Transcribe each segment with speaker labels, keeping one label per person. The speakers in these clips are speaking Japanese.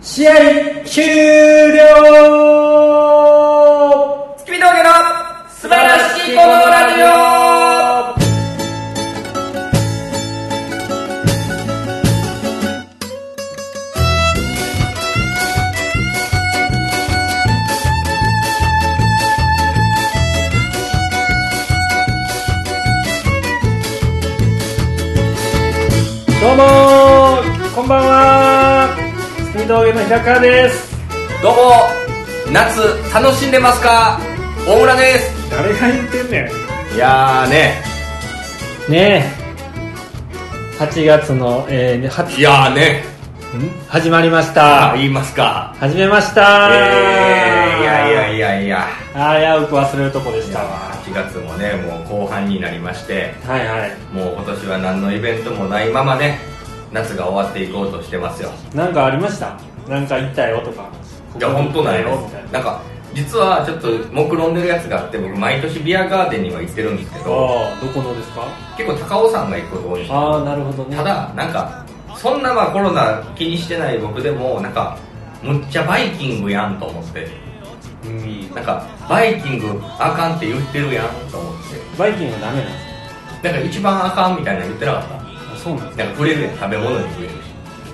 Speaker 1: 試合終了
Speaker 2: 月見峠の素晴らしいこのラジオ
Speaker 1: どうもーこんばんは月見峠の平川です
Speaker 2: どうも夏楽しんでますか大村です
Speaker 1: 誰が言ってんね
Speaker 2: いやーね
Speaker 1: んねえ8月の、えー、は
Speaker 2: やーね
Speaker 1: 始まりました
Speaker 2: 言いますか
Speaker 1: 始めました
Speaker 2: えー、いやいやいやいや
Speaker 1: やあー危うく忘れるとこでしたわ
Speaker 2: 8月もねもう後半になりまして
Speaker 1: はいはい
Speaker 2: もう今年は何のイベントもないままね夏が終わっていこうとしてますよ
Speaker 1: なんかありましたなんか言ったよとか
Speaker 2: いや本当ない
Speaker 1: よ
Speaker 2: よ
Speaker 1: みたいな
Speaker 2: なんか実はちょっと目論んでるやつがあって僕毎年ビアガーデンには行ってるんですけど
Speaker 1: ああどこのですか
Speaker 2: 結構高尾山が行くことが多いんですよ
Speaker 1: ああなるほどね
Speaker 2: ただなんかそんなまあコロナ気にしてない僕でもなんかむっちゃバイキングやんと思って
Speaker 1: うん
Speaker 2: なんかバイキングあかんって言ってるやんと思っ
Speaker 1: バイキングはダメなんです
Speaker 2: てなんか一番あかんみたいなの言ってなか
Speaker 1: か
Speaker 2: っ
Speaker 1: あそうなんです
Speaker 2: たなんか触れるやん食べ物に触れるし、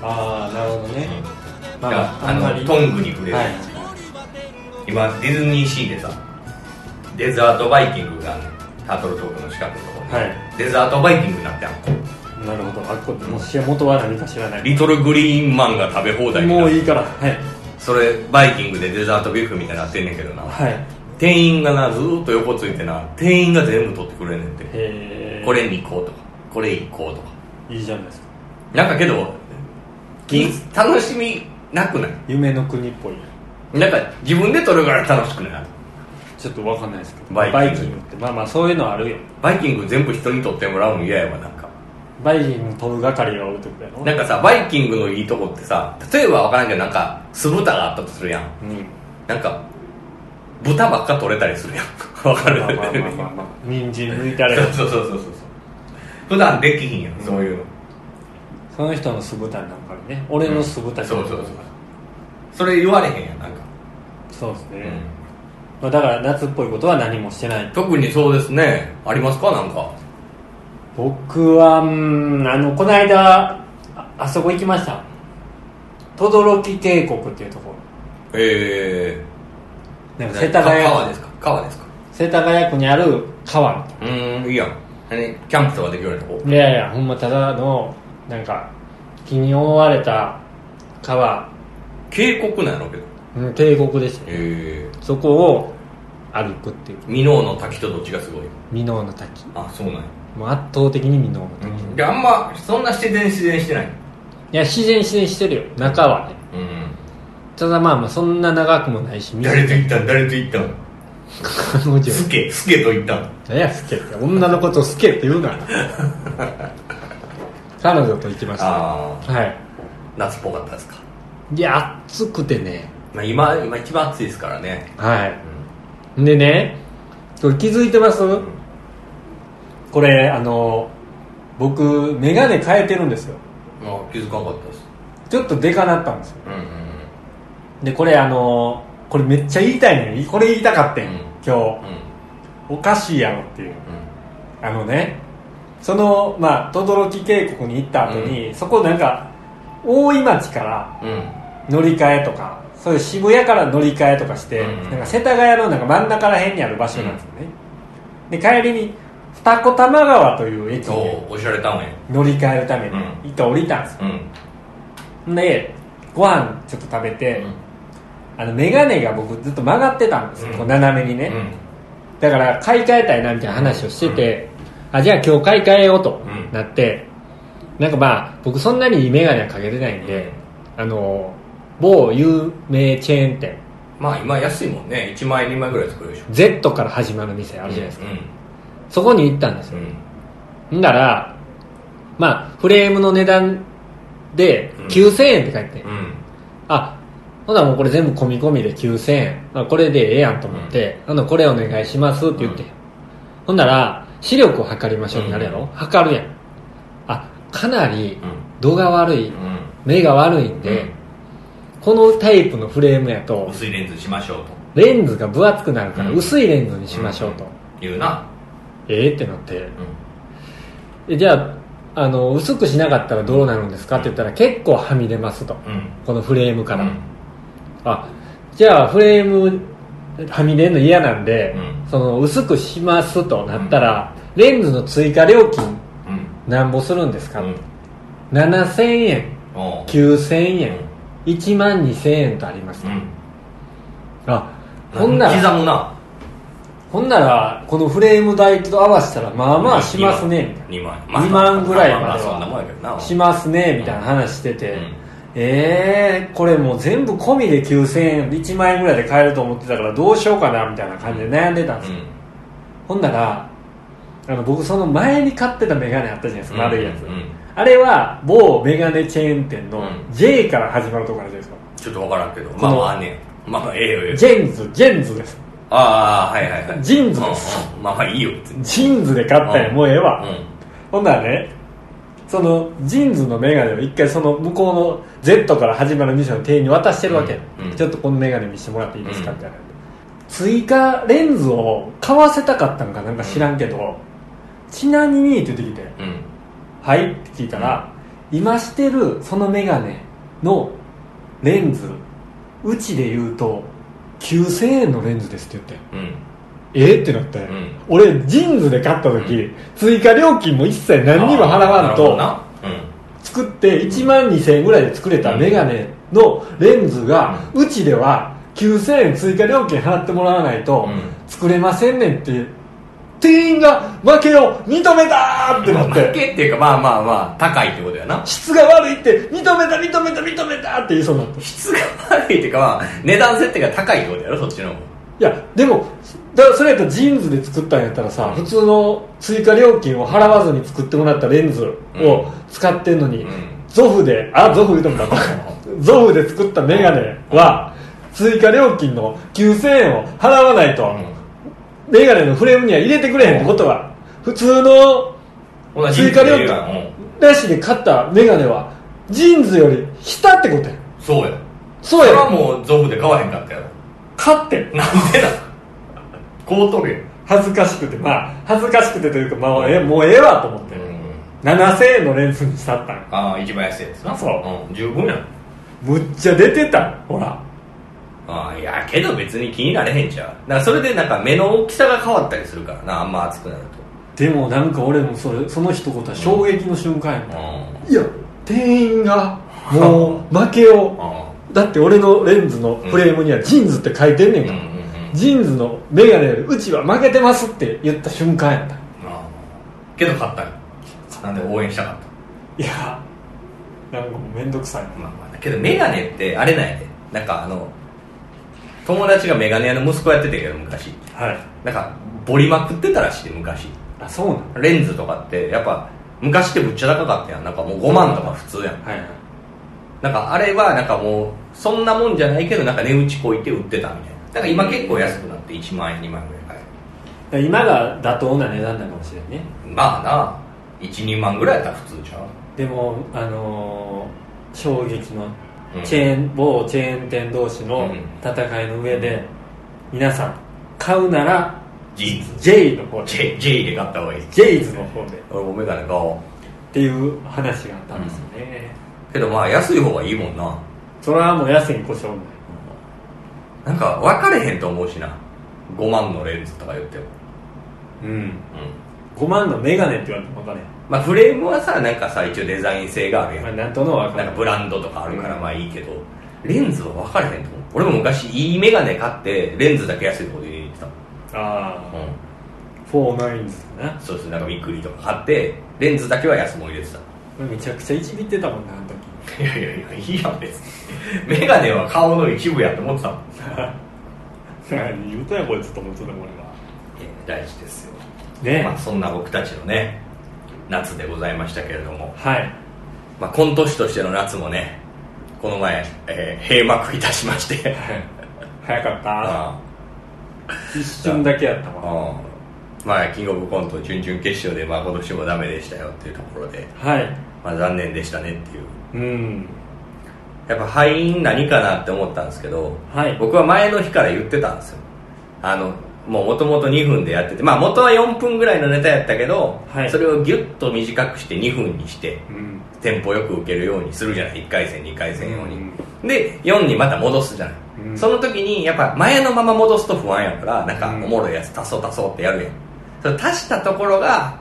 Speaker 1: ああなるほどね
Speaker 2: なんかあのトングに触れる、
Speaker 1: はい
Speaker 2: 今ディズニーシーでさデザートバイキングがあんねんタートルトークの近くのところに、
Speaker 1: は
Speaker 2: デザートバイキングになってあんこ
Speaker 1: なるほどあこもし元は何か知らない
Speaker 2: リトルグリーンマンが食べ放題になって
Speaker 1: もういいからはい
Speaker 2: それバイキングでデザートビュッフェみたいになってんねんけどな
Speaker 1: はいへ
Speaker 2: 店員がなずーっと横ついてな店員が全部取ってくれんねんて
Speaker 1: え
Speaker 2: これに行こうとかこれ行こうとか
Speaker 1: いいじゃないですか
Speaker 2: なんかけどき楽しみなくない
Speaker 1: 夢の国っぽい
Speaker 2: なんか自分で取るから楽しくない
Speaker 1: ちょっとわかんないですけど
Speaker 2: バイキング
Speaker 1: ってまあまあそういうのあるよ
Speaker 2: バイキング全部人に取ってもらうの嫌やわなんか
Speaker 1: バイキング取る係がおるってことやろ
Speaker 2: なんかさバイキングのいいとこってさ例えばわからんけどなんか酢豚があったとするやん
Speaker 1: うん
Speaker 2: なんか豚ばっか取れたりするやん わかる
Speaker 1: まあまあまあまあ まあ人参抜いたれ
Speaker 2: そうそうそうそうそう普段できひんやん、そういうの
Speaker 1: その人の酢豚なんかね俺の酢豚じゃ
Speaker 2: そ
Speaker 1: な
Speaker 2: う
Speaker 1: い
Speaker 2: そうそうそれ言われへんやんなんか、
Speaker 1: そうです
Speaker 2: う
Speaker 1: ね、
Speaker 2: ん
Speaker 1: まあ、だから夏っぽいことは何もしてない
Speaker 2: 特にそうですねありますかなんか
Speaker 1: 僕はうんあのこの間ああそこ行きました轟渓谷っていうとこ
Speaker 2: え
Speaker 1: ろなん
Speaker 2: え
Speaker 1: か世田谷
Speaker 2: 川ですか川ですか
Speaker 1: 世田谷区にある川
Speaker 2: うーんいいやん何キャンプとかできるようなとこ
Speaker 1: いやいやほんまただのなんか木に覆われた川
Speaker 2: 渓谷なんやろうけど
Speaker 1: うん渓谷でした
Speaker 2: ええ
Speaker 1: そこを歩くっていう
Speaker 2: 箕面の滝とどっちがすごい
Speaker 1: 箕面の滝
Speaker 2: あそうなんや、
Speaker 1: もう圧倒的に箕面の滝、い
Speaker 2: であんまそんな自然自然してない
Speaker 1: や自然自然してるよ中はね
Speaker 2: うん
Speaker 1: ただまあまあそんな長くもないし
Speaker 2: 誰と行ったん誰と行ったん
Speaker 1: 彼女
Speaker 2: スケスケと行ったん
Speaker 1: 何やスケって女のことをスケって言う な彼女と行きました
Speaker 2: ああ
Speaker 1: は
Speaker 2: 夏っぽかったですか、
Speaker 1: いいや暑くてね
Speaker 2: まあ、今今一番暑いですからね
Speaker 1: は
Speaker 2: う
Speaker 1: いでねこれ気づいてます
Speaker 2: ん
Speaker 1: これあの僕眼鏡変えてるんですよ
Speaker 2: あ気づかなかったです
Speaker 1: ちょっとでかなったんですよ
Speaker 2: うんうん
Speaker 1: でこれあのこれめっちゃ言いたいねんこれ言いたかってん、
Speaker 2: うん
Speaker 1: 今
Speaker 2: うん
Speaker 1: 日おかしいやろっていう
Speaker 2: うん
Speaker 1: あのねそのまあ轟渓谷に行った後に、そこなんか大井町から
Speaker 2: うん
Speaker 1: 乗り換えとかそういう渋谷から乗り換えとかして、
Speaker 2: うん
Speaker 1: なんか世田谷のなんか真ん中ら辺にある場所なんですよね、で帰りに二子玉川という駅に
Speaker 2: そうおしゃれタウンや
Speaker 1: 乗り換えるために
Speaker 2: う
Speaker 1: 一回降りたんですよ、
Speaker 2: うん
Speaker 1: でご飯ちょっと食べて、あの眼鏡が僕ずっと曲がってたんですよ、
Speaker 2: うん
Speaker 1: こう斜めにね、
Speaker 2: う
Speaker 1: だから買い替えたいなみたいな話をしてて、あじゃあ今日買い替えようと
Speaker 2: うん
Speaker 1: なって、なんかまあ僕そんなにいい眼鏡はかけてないんで、あの某有名チェーン店
Speaker 2: まあ今安いもんね1枚2枚ぐらい作るでしょ
Speaker 1: Z から始まる店あるじゃないですか、
Speaker 2: うん
Speaker 1: そこに行ったんですよ
Speaker 2: うん
Speaker 1: んだらまあフレームの値段で
Speaker 2: うん
Speaker 1: 9000円って書いて、
Speaker 2: うん
Speaker 1: あほなもうこれ全部込み込みで9000円あこれでええやんと思って、ほなこれお願いしますって言って、
Speaker 2: うん
Speaker 1: ほんなら視力を測りましょうってなるやろ、測るやんあかなり
Speaker 2: うん
Speaker 1: 度が悪い
Speaker 2: うん
Speaker 1: 目が悪いんで、
Speaker 2: うん
Speaker 3: このタイプのフレームやと
Speaker 2: 薄いレンズしましょう
Speaker 3: レンズが分厚くなるから
Speaker 2: うん
Speaker 3: 薄いレンズにしましょうと、
Speaker 2: というな、
Speaker 3: ええってなって
Speaker 2: う
Speaker 3: えじゃああの薄くしなかったらどうなるんですかって言ったら結構はみ出ますと
Speaker 2: んうん
Speaker 3: このフレームから、
Speaker 2: うん
Speaker 3: あじゃあフレームはみ出るの嫌なんで、
Speaker 2: うん
Speaker 3: その薄くしますとなったら、レンズの追加料金
Speaker 2: うん
Speaker 3: なんぼするんですか、
Speaker 2: うん
Speaker 3: 7000円
Speaker 2: おう
Speaker 3: 9000円、1万2000円とあります
Speaker 2: う
Speaker 3: と、
Speaker 2: ん
Speaker 3: あほんなら
Speaker 2: 刻むな
Speaker 1: ほんならこのフレーム代と合わせたらまあまあしますねみたい
Speaker 2: 2万
Speaker 1: 二万ぐらいまで
Speaker 2: ま
Speaker 1: は
Speaker 2: あまあそんなもんやけどな
Speaker 1: なしますねみたいな話してて、
Speaker 2: うん
Speaker 1: えー、これもう全部込みで9000円1万円ぐらいで買えると思ってたからどうしようかなみたいな感じで悩んでたんですよ、ほんならあの僕その前に買ってたメガネあったじゃないですか、丸いやつ、
Speaker 2: うんうん
Speaker 1: あれは某メガネチェーン店の
Speaker 2: うん
Speaker 1: J から始まるところあるじゃないですか、
Speaker 2: ちょっと分からんけど
Speaker 1: の
Speaker 2: まあまあねまあまあええよええよ
Speaker 1: ジェンズジェンズです
Speaker 2: ああはいはいはい
Speaker 1: ジーンズです
Speaker 2: うんうんまあまあいいよ別に
Speaker 1: ジーンズで買ったんや、
Speaker 2: うん
Speaker 1: もうええわ、
Speaker 2: う
Speaker 1: ほんならねそのジーンズのメガネを一回その向こうの Z から始まる店の店員に渡してるわけ、
Speaker 2: うんうん
Speaker 1: ちょっとこのメガネ見せてもらっていいですか、
Speaker 2: うん
Speaker 1: みたいな追加レンズを買わせたかったんかなんか知らんけど、ちなみにって言ってきて
Speaker 2: んうん
Speaker 1: 「はい」って聞いたら、今してるそのメガネのレンズうちで言うと9000円のレンズですって言って
Speaker 2: うん
Speaker 1: えっ、ってなって、
Speaker 2: ん
Speaker 1: 俺ジーンズで買った時、
Speaker 2: う
Speaker 1: 追加料金も一切何にも払わんと
Speaker 2: ああなるほどな
Speaker 1: 作って1万2000円ぐらいで作れたメガネのレンズが、うちでは9000円追加料金払ってもらわないと
Speaker 2: うん
Speaker 1: 作れませんねんって店員が負けを認めたーってな
Speaker 2: うん
Speaker 1: っ
Speaker 2: 負
Speaker 1: て
Speaker 2: けっていうかまあまあまあ高いってことやな
Speaker 1: 質が悪いって認めた認めた認めたって言いそうになってい
Speaker 2: 質が悪いっていうかまあ値段設定が高いってことやろそっちの方
Speaker 1: やでもだからそれやったらジーンズで作ったんやったらさ
Speaker 2: うん
Speaker 1: 普通の追加料金を払わずに作ってもらったレンズを使ってんのに、
Speaker 2: うん
Speaker 1: ゾフであゾフ言うてもらった ゾフで作ったメガネは追加料金の9000円を払わないと、メガネのフレームには入れてくれへんってことは普通の
Speaker 2: 同じ
Speaker 1: 追加料金
Speaker 2: うん
Speaker 1: なしで買ったメガネはジーンズより下ってことや
Speaker 2: そうや
Speaker 1: そう
Speaker 2: そ
Speaker 1: や
Speaker 2: れ
Speaker 1: ろ
Speaker 2: はもうゾフで買わへんかったやろ
Speaker 1: 買ってん
Speaker 2: なんでだこう取る
Speaker 1: 恥ずかしくてまあ恥ずかしくてというか、まあ、えもうええわと思って、
Speaker 2: やん、うん、
Speaker 1: 7000円のレンズにしたったん
Speaker 2: ああ一番安いやつな、
Speaker 1: そう
Speaker 2: ん、十分やん
Speaker 1: むっちゃ出てたほら
Speaker 2: ああいやけど別に気になれへんじゃんだからそれでなんか目の大きさが変わったりするからなあんま熱くなる
Speaker 1: でもなんか俺もそれその一言は衝撃の瞬間や
Speaker 2: とう
Speaker 1: もん
Speaker 2: ん
Speaker 1: いや店員がも う負けを
Speaker 2: あ
Speaker 1: だって俺のレンズのフレームにはジーンズって書いてんね
Speaker 2: うんんう
Speaker 1: か
Speaker 2: んう
Speaker 1: ら、
Speaker 2: ん
Speaker 1: ジーンズのメガネよりうちは負けてますって言った瞬間やった
Speaker 2: ああけど買ったよなんで応援したかった
Speaker 1: いやなんかもうめんどくさい
Speaker 2: まあまあだけどメガネってあれなんやでなんかあの友達がメガネ屋の息子やってたけど昔
Speaker 1: はい
Speaker 2: なんかボリまくってたらしいで昔
Speaker 1: あそうなの
Speaker 2: レンズとかってやっぱ昔ってむっちゃ高かったやんなんかもう5万とか普通やん
Speaker 1: はいはい
Speaker 2: なんかあれはなんかもうそんなもんじゃないけどなんか値打ちこいて売ってたみたいなだから今結構安くなって1万円2万円ぐらい買え
Speaker 1: だから今が妥当な値段なのかもしれんね
Speaker 2: るまあな12万ぐらいやったら普通ちゃう
Speaker 1: でもあのー衝撃の
Speaker 2: うん
Speaker 1: チェーン、某チェーン店同士
Speaker 2: う
Speaker 1: の
Speaker 2: ん
Speaker 1: 戦いの上で、皆さん買うなら
Speaker 2: ジーンズ
Speaker 1: J の方で
Speaker 2: J, J で買った方がいい
Speaker 1: J ズの方でっ
Speaker 2: 俺もメガネ買おう
Speaker 1: ていう話があったんですよね、
Speaker 2: けどまあ安い方がいいもんな
Speaker 1: それはもう安いに越しょうない
Speaker 2: なんか分かれへんと思うしな5万のレンズとか言っても
Speaker 1: うん
Speaker 2: うん
Speaker 1: 5万のメガネって言われても分かんない、
Speaker 2: まあフレームはさなんかさ一応デザイン性があるやん
Speaker 1: まあ、なんとの分か
Speaker 2: なんん
Speaker 1: な
Speaker 2: か
Speaker 1: い
Speaker 2: ブランドとかあるからまあいいけど、レンズは分かれへんと思う俺も昔いいメガネ買ってレンズだけ安いとこで入れてたもん、
Speaker 1: ああフォーナインズかな
Speaker 2: そうですなんかびっくりとか買ってレンズだけは安物入れてた
Speaker 1: めちゃくちゃいじびってたもんなあ の時
Speaker 2: いやいやいやいいやん別にメガネは顔の一部やと思ってたもんい
Speaker 1: 何言うとやこいつと思ってたもん俺は
Speaker 2: や大事ですよ、
Speaker 1: ね
Speaker 2: まあ、そんな僕たちのね夏でございましたけれども、
Speaker 1: はい
Speaker 2: まあ、今年としての夏もねこの前、えー閉幕いたしまして
Speaker 1: 早かった
Speaker 2: あ
Speaker 1: 一瞬だけやったわ
Speaker 2: あまあキングオブコント準々決勝で、まあ、今年もダメでしたよっていうところで
Speaker 1: はい
Speaker 2: まあ、残念でしたねって
Speaker 1: う
Speaker 2: いう
Speaker 1: ん
Speaker 2: やっぱ敗因何かなって思ったんですけど、
Speaker 1: はい
Speaker 2: 僕は前の日から言ってたんですよあのもう元々2分でやっててまあ元は4分ぐらいのネタやったけど、
Speaker 1: はい
Speaker 2: それをギュッと短くして2分にして
Speaker 1: うん
Speaker 2: テンポよく受けるようにするじゃない1回戦2回戦用に、で4にまた戻すじゃない、
Speaker 1: うん
Speaker 2: その時にやっぱ前のまま戻すと不安やからなんかおもろいやつ足そう足そうってやるやんそれ足したところが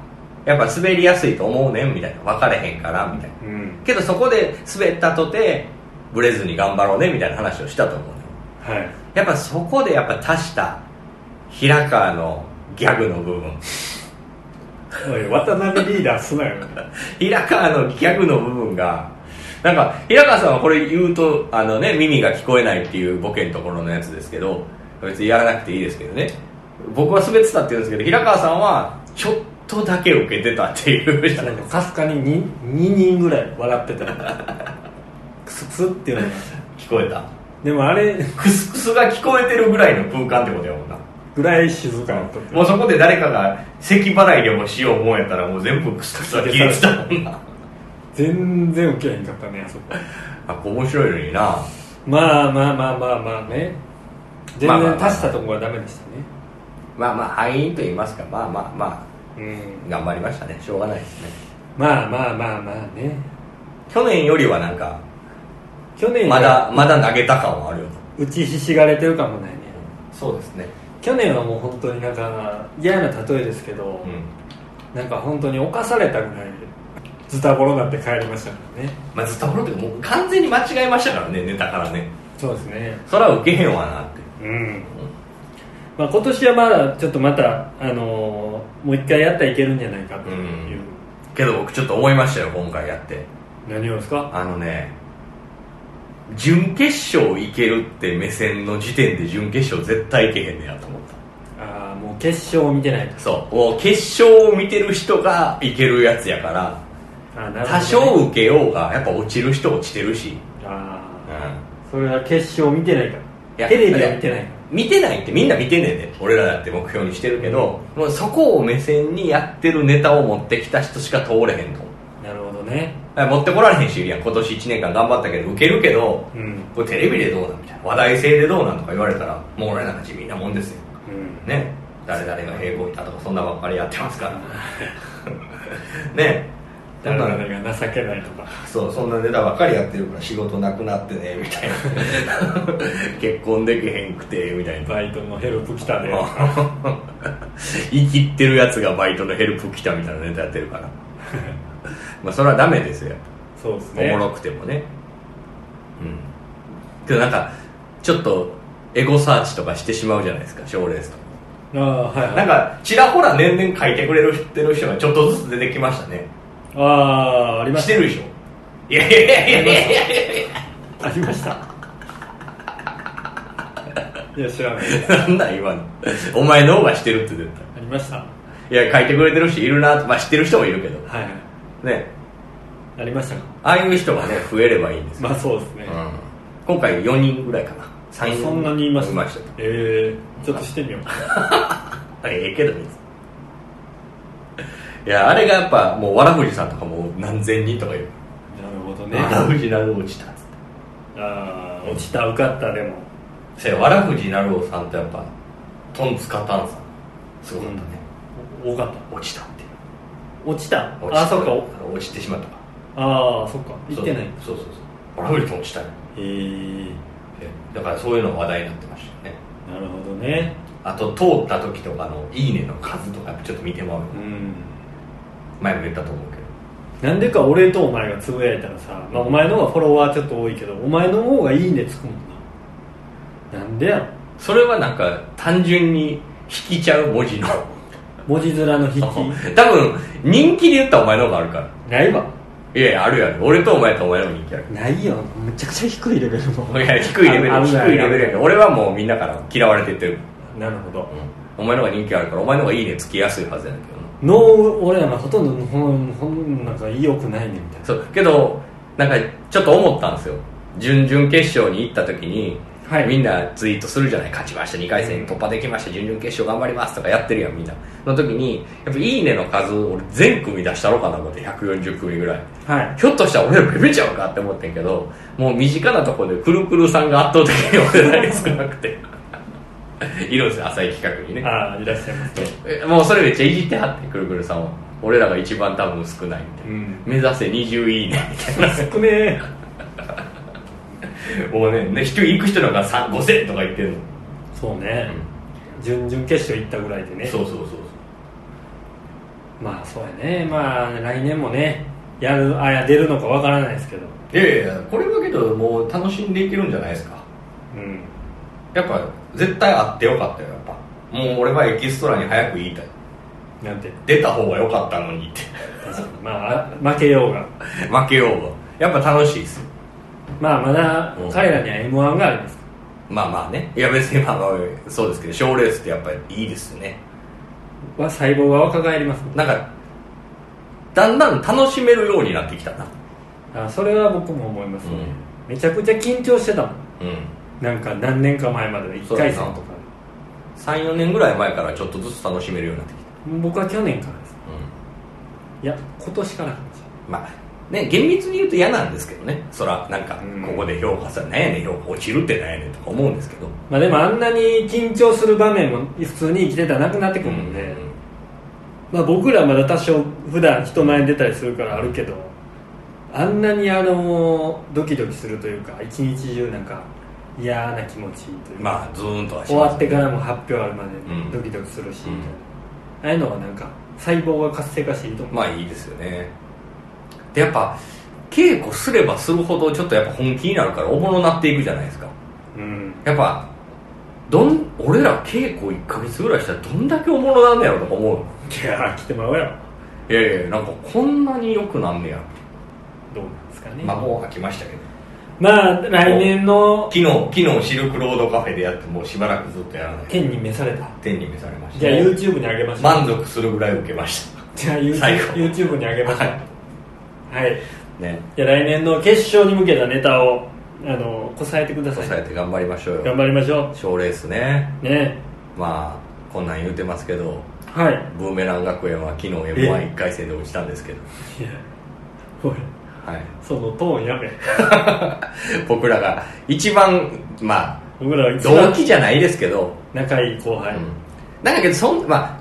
Speaker 2: やっぱ滑りやすいと思うねんみたいな分かれへんからみたいな
Speaker 1: うん
Speaker 2: けどそこで滑ったとてブレずに頑張ろうねみたいな話をしたと思うねん
Speaker 1: はい
Speaker 2: やっぱそこでやっぱ足した平川のギャグの部分
Speaker 1: おい渡辺リーダーすなよ
Speaker 2: 平川のギャグの部分がなんか平川さんはこれ言うとあのね耳が聞こえないっていうボケのところのやつですけど別にやらなくていいですけどね僕は滑ってたって言うんですけど平川さんはちょっとだけ受けてたっていうじゃないですか
Speaker 1: かすかに 2, 2人ぐらい笑ってたのクスクスっていうのが
Speaker 2: 聞こえた
Speaker 1: でもあれ
Speaker 2: クスクスが聞こえてるぐらいの空間ってことやもんな
Speaker 1: ぐらい静かなと
Speaker 2: もうそこで誰かが咳払いでもしようもんやったらもう全部クスクスは切れてたもんな
Speaker 1: 全然ウケへんかったねあそこ
Speaker 2: あ面白いのにな
Speaker 1: まあまあまあまあまあね全
Speaker 2: まあまあ
Speaker 1: 然
Speaker 2: まあ
Speaker 1: 足したとこはダメでしたね
Speaker 2: まあまあ敗因と言いますかまあまあま
Speaker 1: うん
Speaker 2: あ頑張りましたねしょうがないですね
Speaker 1: まあまあまあまあね
Speaker 2: 去年よりはなんか
Speaker 1: 去年は
Speaker 2: まだまだ投げた感はあるよ
Speaker 1: 打ちひしがれてるかもないね
Speaker 2: そうですね
Speaker 1: 去年はもう本当になんか嫌な例えですけど、
Speaker 2: うん
Speaker 1: なんか本当に犯されたぐらいでズタボロになって帰りましたからね
Speaker 2: まあずっとこの時もう完全に間違えましたからねネタからね
Speaker 1: そうですね
Speaker 2: そら受けへんわなって
Speaker 1: うん、まあ、今年はまだちょっとまた、あのーもう一回やったらいけるんじゃないかという、
Speaker 2: けど僕ちょっと思いましたよ今回やって
Speaker 1: 何をですか
Speaker 2: あのね準決勝いけるって目線の時点で準決勝絶対いけへんねやと思った
Speaker 1: ああもう決勝を見てないと
Speaker 2: そうもう決勝を見てる人がいけるやつやから
Speaker 1: あーなるほどね
Speaker 2: 多少受けようがやっぱ落ちる人落ちてるし、
Speaker 1: ああそれは決勝を見てないか
Speaker 2: いや
Speaker 1: らテレビは見てないか
Speaker 2: 見てないってみんな見てんねんで俺らだって目標にしてるけど、もうそこを目線にやってるネタを持ってきた人しか通れへんと
Speaker 1: らなるほどね
Speaker 2: だから持ってこられへんしいや今年1年間頑張ったけど受けるけど
Speaker 1: うんうん
Speaker 2: これテレビでどうなんみたいな話題性でどうなんとか言われたらもう俺なんか地味なもんですよね誰々が平行いたとかそんなばっかりやってますから ね
Speaker 1: だからなんか情けないとか
Speaker 2: そうそんなネタばっかりやってるから仕事なくなってねみたいな 結婚できへんくてみたいな
Speaker 1: バイトのヘルプ来たで
Speaker 2: 生きってるやつがバイトのヘルプ来たみたいなネタやってるから まあそれはダメですよ
Speaker 1: そうです
Speaker 2: おも
Speaker 1: ね
Speaker 2: ろくてもねうんけどなんかちょっとエゴサーチとかしてしまうじゃないですか賞レースとか
Speaker 1: ああはいはい
Speaker 2: なんかちらほら年々書いてくれるってる人がちょっとずつ出てきましたね
Speaker 1: ああありま
Speaker 2: し
Speaker 1: して
Speaker 2: るでしょいやいやいやいやいや
Speaker 1: たありました いや知らない
Speaker 2: なんだ今のお前の方がしてるって絶
Speaker 1: ありましたは
Speaker 2: 対いや書いてくれてる人いるなまあ知ってる人もいるけど
Speaker 1: いはい
Speaker 2: ね
Speaker 1: ありましたか
Speaker 2: ああいう人がね増えればいいんですよ、
Speaker 1: まあそうですね
Speaker 2: うん今回4人ぐらいかな3人
Speaker 1: そんなに言いました
Speaker 2: いました
Speaker 1: ええちょっとしてみよう
Speaker 2: あれええけどねいやあれがやっぱもうわらふじさんとかも何千人とか言う
Speaker 1: なるほどね
Speaker 2: わらふじなるおちたっつって
Speaker 1: ああ落ちた受かったでも
Speaker 2: せやわらふじなるおさんとやっぱトンツカタンさんすごかったね、
Speaker 1: お多かった
Speaker 2: 落ちたっていう
Speaker 1: 落ちた
Speaker 2: 落ちた
Speaker 1: ああそっか
Speaker 2: 落ちてしまったから
Speaker 1: ああそっか行ってない
Speaker 2: そうそうそうそうわらふじと落ちたよ
Speaker 1: へえ
Speaker 2: だからそういうのが話題になってましたよね
Speaker 1: なるほどね
Speaker 2: あと通った時とかの「いいね」の数とかやっぱちょっと見てもらう
Speaker 1: うん
Speaker 2: 前も言ったと思うけど
Speaker 1: なんでか俺とお前がつぶやいたらさ、まあ、お前の方がフォロワーちょっと多いけどお前の方がいいねつくもんななんでやろ
Speaker 2: それはなんか単純に引きちゃう文字の
Speaker 1: 文字面の引き
Speaker 2: 多分人気で言ったらお前の方があるから
Speaker 1: ないわ
Speaker 2: いやいやあるやろ俺とお前とお前の方が人気ある
Speaker 1: ないよむちゃくちゃ 低いレベルも
Speaker 2: いや低いレベル
Speaker 1: あ
Speaker 2: 低
Speaker 1: 危ない
Speaker 2: いレベルやけど俺はもうみんなから嫌われてってる、
Speaker 1: なるほど
Speaker 2: お前の方が人気あるからお前の方がいいねつきやすいはずやねんけどな
Speaker 1: ノー俺らのほとんどほんほんなんか意欲ないねみたいな
Speaker 2: そうけどなんかちょっと思ったんですよ準々決勝に行った時に
Speaker 1: はい
Speaker 2: みんなツイートするじゃない勝ちました2回戦突破できました準々決勝頑張りますとかやってるやんみんなの時にやっぱ「いいね」の数俺全組出したろかなと思って140組ぐらい
Speaker 1: はい
Speaker 2: ひょっとしたら俺らベベちゃうかって思ってんけどもう身近なところでくるくるさんが圧倒的に俺らに少なくているんですよ浅い企画にね
Speaker 1: ああいらっしゃいますね
Speaker 2: えもうそれめっちゃいじってはってくるくるさんは俺らが一番多分少ないみたいな、
Speaker 1: うん
Speaker 2: 目指せ20いいねみたい
Speaker 1: 少ねえ
Speaker 2: なもうねね人行く人なんか3 5000とか言ってるの、
Speaker 1: そうね、準々決勝行ったぐらいでね
Speaker 2: そうそうそうそう
Speaker 1: まあそうやねまあ来年もねやるあや出るのかわからないですけど
Speaker 2: いやいやいやこれはけどもう楽しんでいけるんじゃないですか
Speaker 1: うん
Speaker 2: やっぱ絶対あってよかったよやっぱもう俺はエキストラに早く言いたい
Speaker 1: なんて
Speaker 2: 出た方が良かったのにって
Speaker 1: 確かにまああ負けようが
Speaker 2: 負けようがやっぱ楽しいですよ
Speaker 1: まあまだ
Speaker 2: うん
Speaker 1: 彼らには m 1があります
Speaker 2: まあまあねいや別にまあまあそうですけど賞レースってやっぱりいいですよね
Speaker 1: は細胞が若返りますもん
Speaker 2: なんかだんだん楽しめるようになってきたな
Speaker 1: あそれは僕も思いますね、めちゃくちゃ緊張してたもん
Speaker 2: うん
Speaker 1: なんか何年か前までの1回戦と
Speaker 2: そ
Speaker 1: か
Speaker 2: う34年ぐらい前からちょっとずつ楽しめるようになってきた、
Speaker 1: 僕は去年からですいや今年からかもし
Speaker 2: まあね厳密に言うと嫌なんですけどねそらなんか
Speaker 1: うん
Speaker 2: ここで評価され何やねん評価落ちるって何やねんとか思うんですけど
Speaker 1: れないまあでもあんなに緊張する場面も普通に生きてたらなくなってくるもんで、まあ、僕らまだ多少普段人前に出たりするからあるけどあんなにあのドキドキするというか一日中なんか嫌な気持ちというか、
Speaker 2: まあズーンとはし
Speaker 1: 終
Speaker 2: ます
Speaker 1: わってからも発表あるまで
Speaker 2: うん
Speaker 1: ドキドキするし、
Speaker 2: うん
Speaker 1: ああいうのはなんか細胞が活性化していいと思う、
Speaker 2: まあいいですよねでやっぱ稽古すればするほどちょっとやっぱ本気になるからおもろなっていくじゃないですか
Speaker 1: うん、
Speaker 2: やっぱどん俺ら稽古1ヶ月ぐらいしたらどんだけおもろなんねやろとか思うの
Speaker 1: いやー来てもらおうや
Speaker 2: いやいやなんかこんなによくなんねや
Speaker 1: どうなんですかね
Speaker 2: ま
Speaker 1: ま
Speaker 2: あ
Speaker 1: あ、
Speaker 2: もう飽きましたけど
Speaker 1: 来年の
Speaker 2: 昨日昨日シルクロードカフェでやってもうしばらくずっとやらない
Speaker 1: 件に召された
Speaker 2: 天に召されました
Speaker 1: じゃあ YouTube にあげましょう
Speaker 2: 満足するぐらい受けまし
Speaker 1: じゃあ YouTube,
Speaker 2: 最後
Speaker 1: YouTube にあげましょうはい
Speaker 2: たね
Speaker 1: じゃあ来年の決勝に向けたネタをあのこさえてください
Speaker 2: 抑えて頑張りましょう
Speaker 1: 頑
Speaker 2: よ
Speaker 1: 張りましょ
Speaker 2: 賞レースね
Speaker 1: うね
Speaker 2: まあこんなん言うてますけど
Speaker 1: はい
Speaker 2: ブーメラン学園は昨日 m 1 1回戦で落ちたんですけど、
Speaker 1: いやおい
Speaker 2: はい、
Speaker 1: そのトーンやめ
Speaker 2: 僕らが一番まあ
Speaker 1: 僕らは一
Speaker 2: 同
Speaker 1: 番
Speaker 2: 期じゃないですけど、
Speaker 1: 仲いい後輩、
Speaker 2: うんなんかけどそんまあ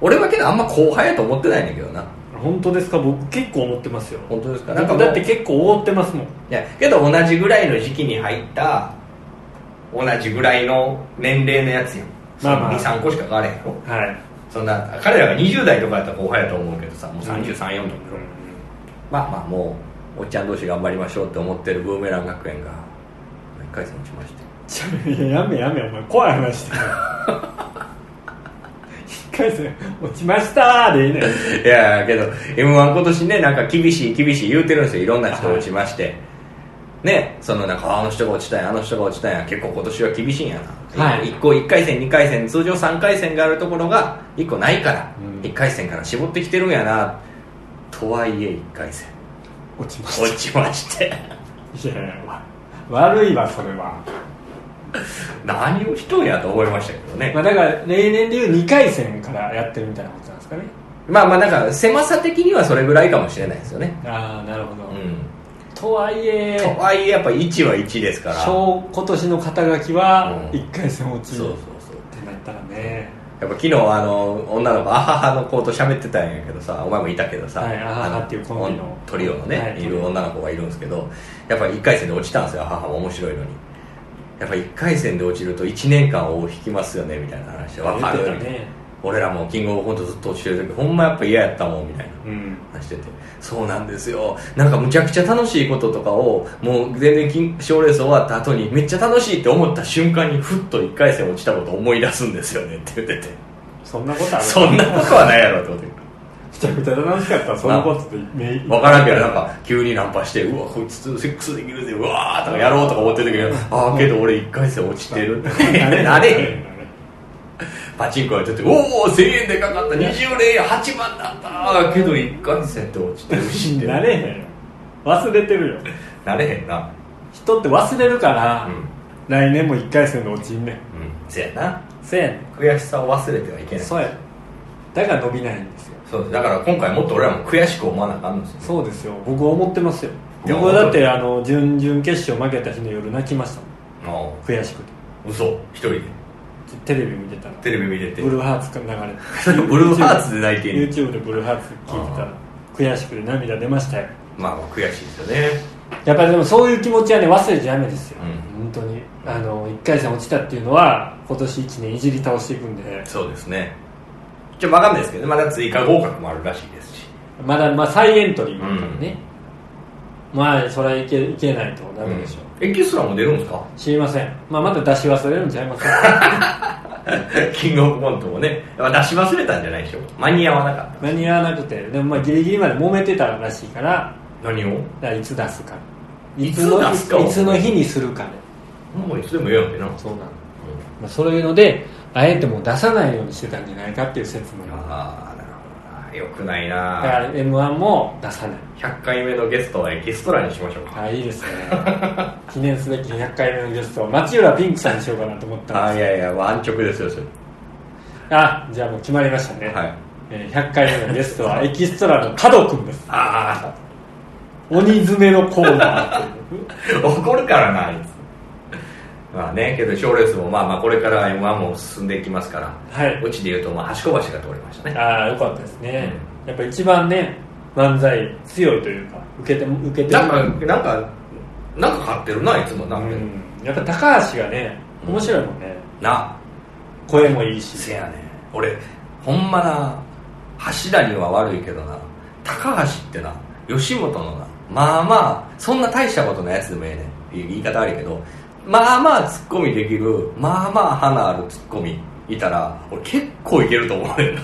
Speaker 2: 俺はけどあんま後輩やと思ってないねんだけどな
Speaker 1: 本当ですか僕結構思ってますよ
Speaker 2: 本当ですか
Speaker 1: なんか
Speaker 2: だ
Speaker 1: だ
Speaker 2: っ
Speaker 1: ってて
Speaker 2: い
Speaker 1: 結構覆ってますもん
Speaker 2: やけど同じぐらいの時期に入った同じぐらいの年齢のやつやん
Speaker 1: まあまあ
Speaker 2: 23個しか変われへんよ
Speaker 1: はい、
Speaker 2: そんな彼らが20代とかやったら後輩やと思うけどさもう334とかやろ、まあまあもうおっちゃん同士頑張りましょうって思ってるブーメラン学園が1回戦落ちまして
Speaker 1: ちょいややめやめお前怖い話して一回戦落ちましたーでいいね
Speaker 2: いやいやけど m 1今年ねなんか厳しい厳しい言うてるんですよいろんな人が落ちまして、ねそのなんかあの人が落ちたんやあの人が落ちたんや結構今年は厳しいんやな、
Speaker 1: はい
Speaker 2: 1個1回戦2回戦通常3回戦があるところが1個ないから、
Speaker 1: うん
Speaker 2: 1回戦から絞ってきてるんやなとはいえ1回戦
Speaker 1: 落ちま
Speaker 2: 落ちまして
Speaker 1: いやいやわ悪いわそれは、
Speaker 2: 何をしとんやと思いましたけどね
Speaker 1: まあ、だから例年でいう2回戦からやってるみたいなことなんですかね
Speaker 2: まあまあなんか狭さ的にはそれぐらいかもしれないですよね
Speaker 1: ああなるほど、
Speaker 2: うん
Speaker 1: とはいえ
Speaker 2: とはいえやっぱ1は1ですからそう
Speaker 1: 小今年の肩書きは
Speaker 2: うん
Speaker 1: 1回戦落ちる、
Speaker 2: そう
Speaker 1: っ
Speaker 2: そう
Speaker 1: てなったらね
Speaker 2: やっぱ昨日あの女の子アハハの子と喋ってたんやけどさお前もいたけどさ、
Speaker 1: はいアハハ
Speaker 2: あの
Speaker 1: っていうコンビの
Speaker 2: トリオのね、
Speaker 1: はい
Speaker 2: い、る女の子がいるんですけどやっぱり1回戦で落ちたんですよアハハも面白いのにやっぱ1回戦で落ちると1年間を引きますよねみたいな話で分かる
Speaker 1: 言ってたね
Speaker 2: 俺らもキングオブコントずっと落ちてる時ほんまやっぱ嫌やったもんみたいな
Speaker 1: うん
Speaker 2: 話しててそうなんですよなんかむちゃくちゃ楽しいこととかをもう全然金賞レース終わった後にめっちゃ楽しいって思った瞬間にふっと1回戦落ちたことを思い出すんですよねって言ってて
Speaker 1: そんなことある
Speaker 2: そんなことはないやろと思って
Speaker 1: めちゃくちゃ楽しかったそんなことって め
Speaker 2: 分からんけどなんか急にナンパしてうわこいつとセックスできるぜうわーとかやろうとか思ってる けどああけど俺1回戦落ちてる ってなれへんパチンコやってて「おお1000円でかかった20連や8万だったけど1回戦って落ちてるし」って
Speaker 1: なれへんよ忘れてるよ
Speaker 2: なれへんな
Speaker 1: 人って忘れるから、
Speaker 2: うん
Speaker 1: 来年も1回戦で落ちんねん
Speaker 2: うんせやな
Speaker 1: せやねん
Speaker 2: 悔しさを忘れてはいけない
Speaker 1: そうやだから伸びないんですよ
Speaker 2: そうだから今回もっと俺らも悔しく思わなあかんのですよ
Speaker 1: そうですよ僕は思ってますよ
Speaker 2: いや
Speaker 1: 僕はだってあの準々決勝負けた日の夜泣きましたもん
Speaker 2: あ
Speaker 1: 悔しくて
Speaker 2: あ嘘一人で
Speaker 1: テレビ見てたら
Speaker 2: テレビ見てて
Speaker 1: ブルーハーツが流れて
Speaker 2: ブルーハーツで泣いてる
Speaker 1: YouTube でブルーハーツ聞いてたら悔しくて涙出ましたよ
Speaker 2: まあまあ悔しいですよね
Speaker 1: やっぱりでもそういう気持ちはね忘れちゃダメですよ、
Speaker 2: う
Speaker 1: 本当にあの1回戦落ちたっていうのは今年1年いじり倒していくんで
Speaker 2: そうですねちょっとわかんないですけどねまだ追加合格もあるらしいですし
Speaker 1: まだまあ再エントリーもあるからね、まあそれはいけいけないとダメでしょう、
Speaker 2: うんエキストラも出るんですか
Speaker 1: 知りません、まあ、まだ出し忘れるんちゃいます
Speaker 2: キングオブコントもねまあ出し忘れたんじゃないでしょう間に合わなかっ
Speaker 1: 間に合わなくてでもまあギリギリまで揉めてたらしいから
Speaker 2: た何を
Speaker 1: だからいつ出すか
Speaker 2: いつ
Speaker 1: の
Speaker 2: 出すかを
Speaker 1: いつの日にするかね
Speaker 2: もういつでもええやんけな
Speaker 1: そうなの、まあ、そういうのであえてもう出さないようにしてたんじゃないかっていう説もあります
Speaker 2: ああなるほどなよくない
Speaker 1: だ
Speaker 2: な
Speaker 1: から m 1も出さない
Speaker 2: 100回目のゲストはエキストラにしましょうか
Speaker 1: あいいですね 記念すべき100回目のゲストを町浦ピンクさんにしようかなと思った
Speaker 2: あ
Speaker 1: ん
Speaker 2: い
Speaker 1: です
Speaker 2: やいや安直ですよそれ
Speaker 1: あじゃあもう決まりましたね、
Speaker 2: はい
Speaker 1: えー100回目のゲストはエキストラの角君です
Speaker 2: あ
Speaker 1: 鬼詰めのコーナーっていう
Speaker 2: あ怒るからなあいつまあねけど賞レースもまあまあこれから m 1も進んでいきますから、
Speaker 1: はいう
Speaker 2: ちでいうとまあ橋小橋が通りましたね
Speaker 1: ああよかったですね、やっぱ一番ね漫才強いというか受けて受けて
Speaker 2: なんかなんかなんか買ってるないつもな
Speaker 1: うん
Speaker 2: か、
Speaker 1: んやっぱ高橋がね面白いもんね、
Speaker 2: な
Speaker 1: 声もいいし
Speaker 2: せやね俺ほんまな橋田には悪いけどな高橋ってな吉本のなまあまあそんな大したことないやつでもええねんっていう言い方あるけどまあまあツッコミできるまあまあ花あるツッコミいたら俺結構いけると思うねんな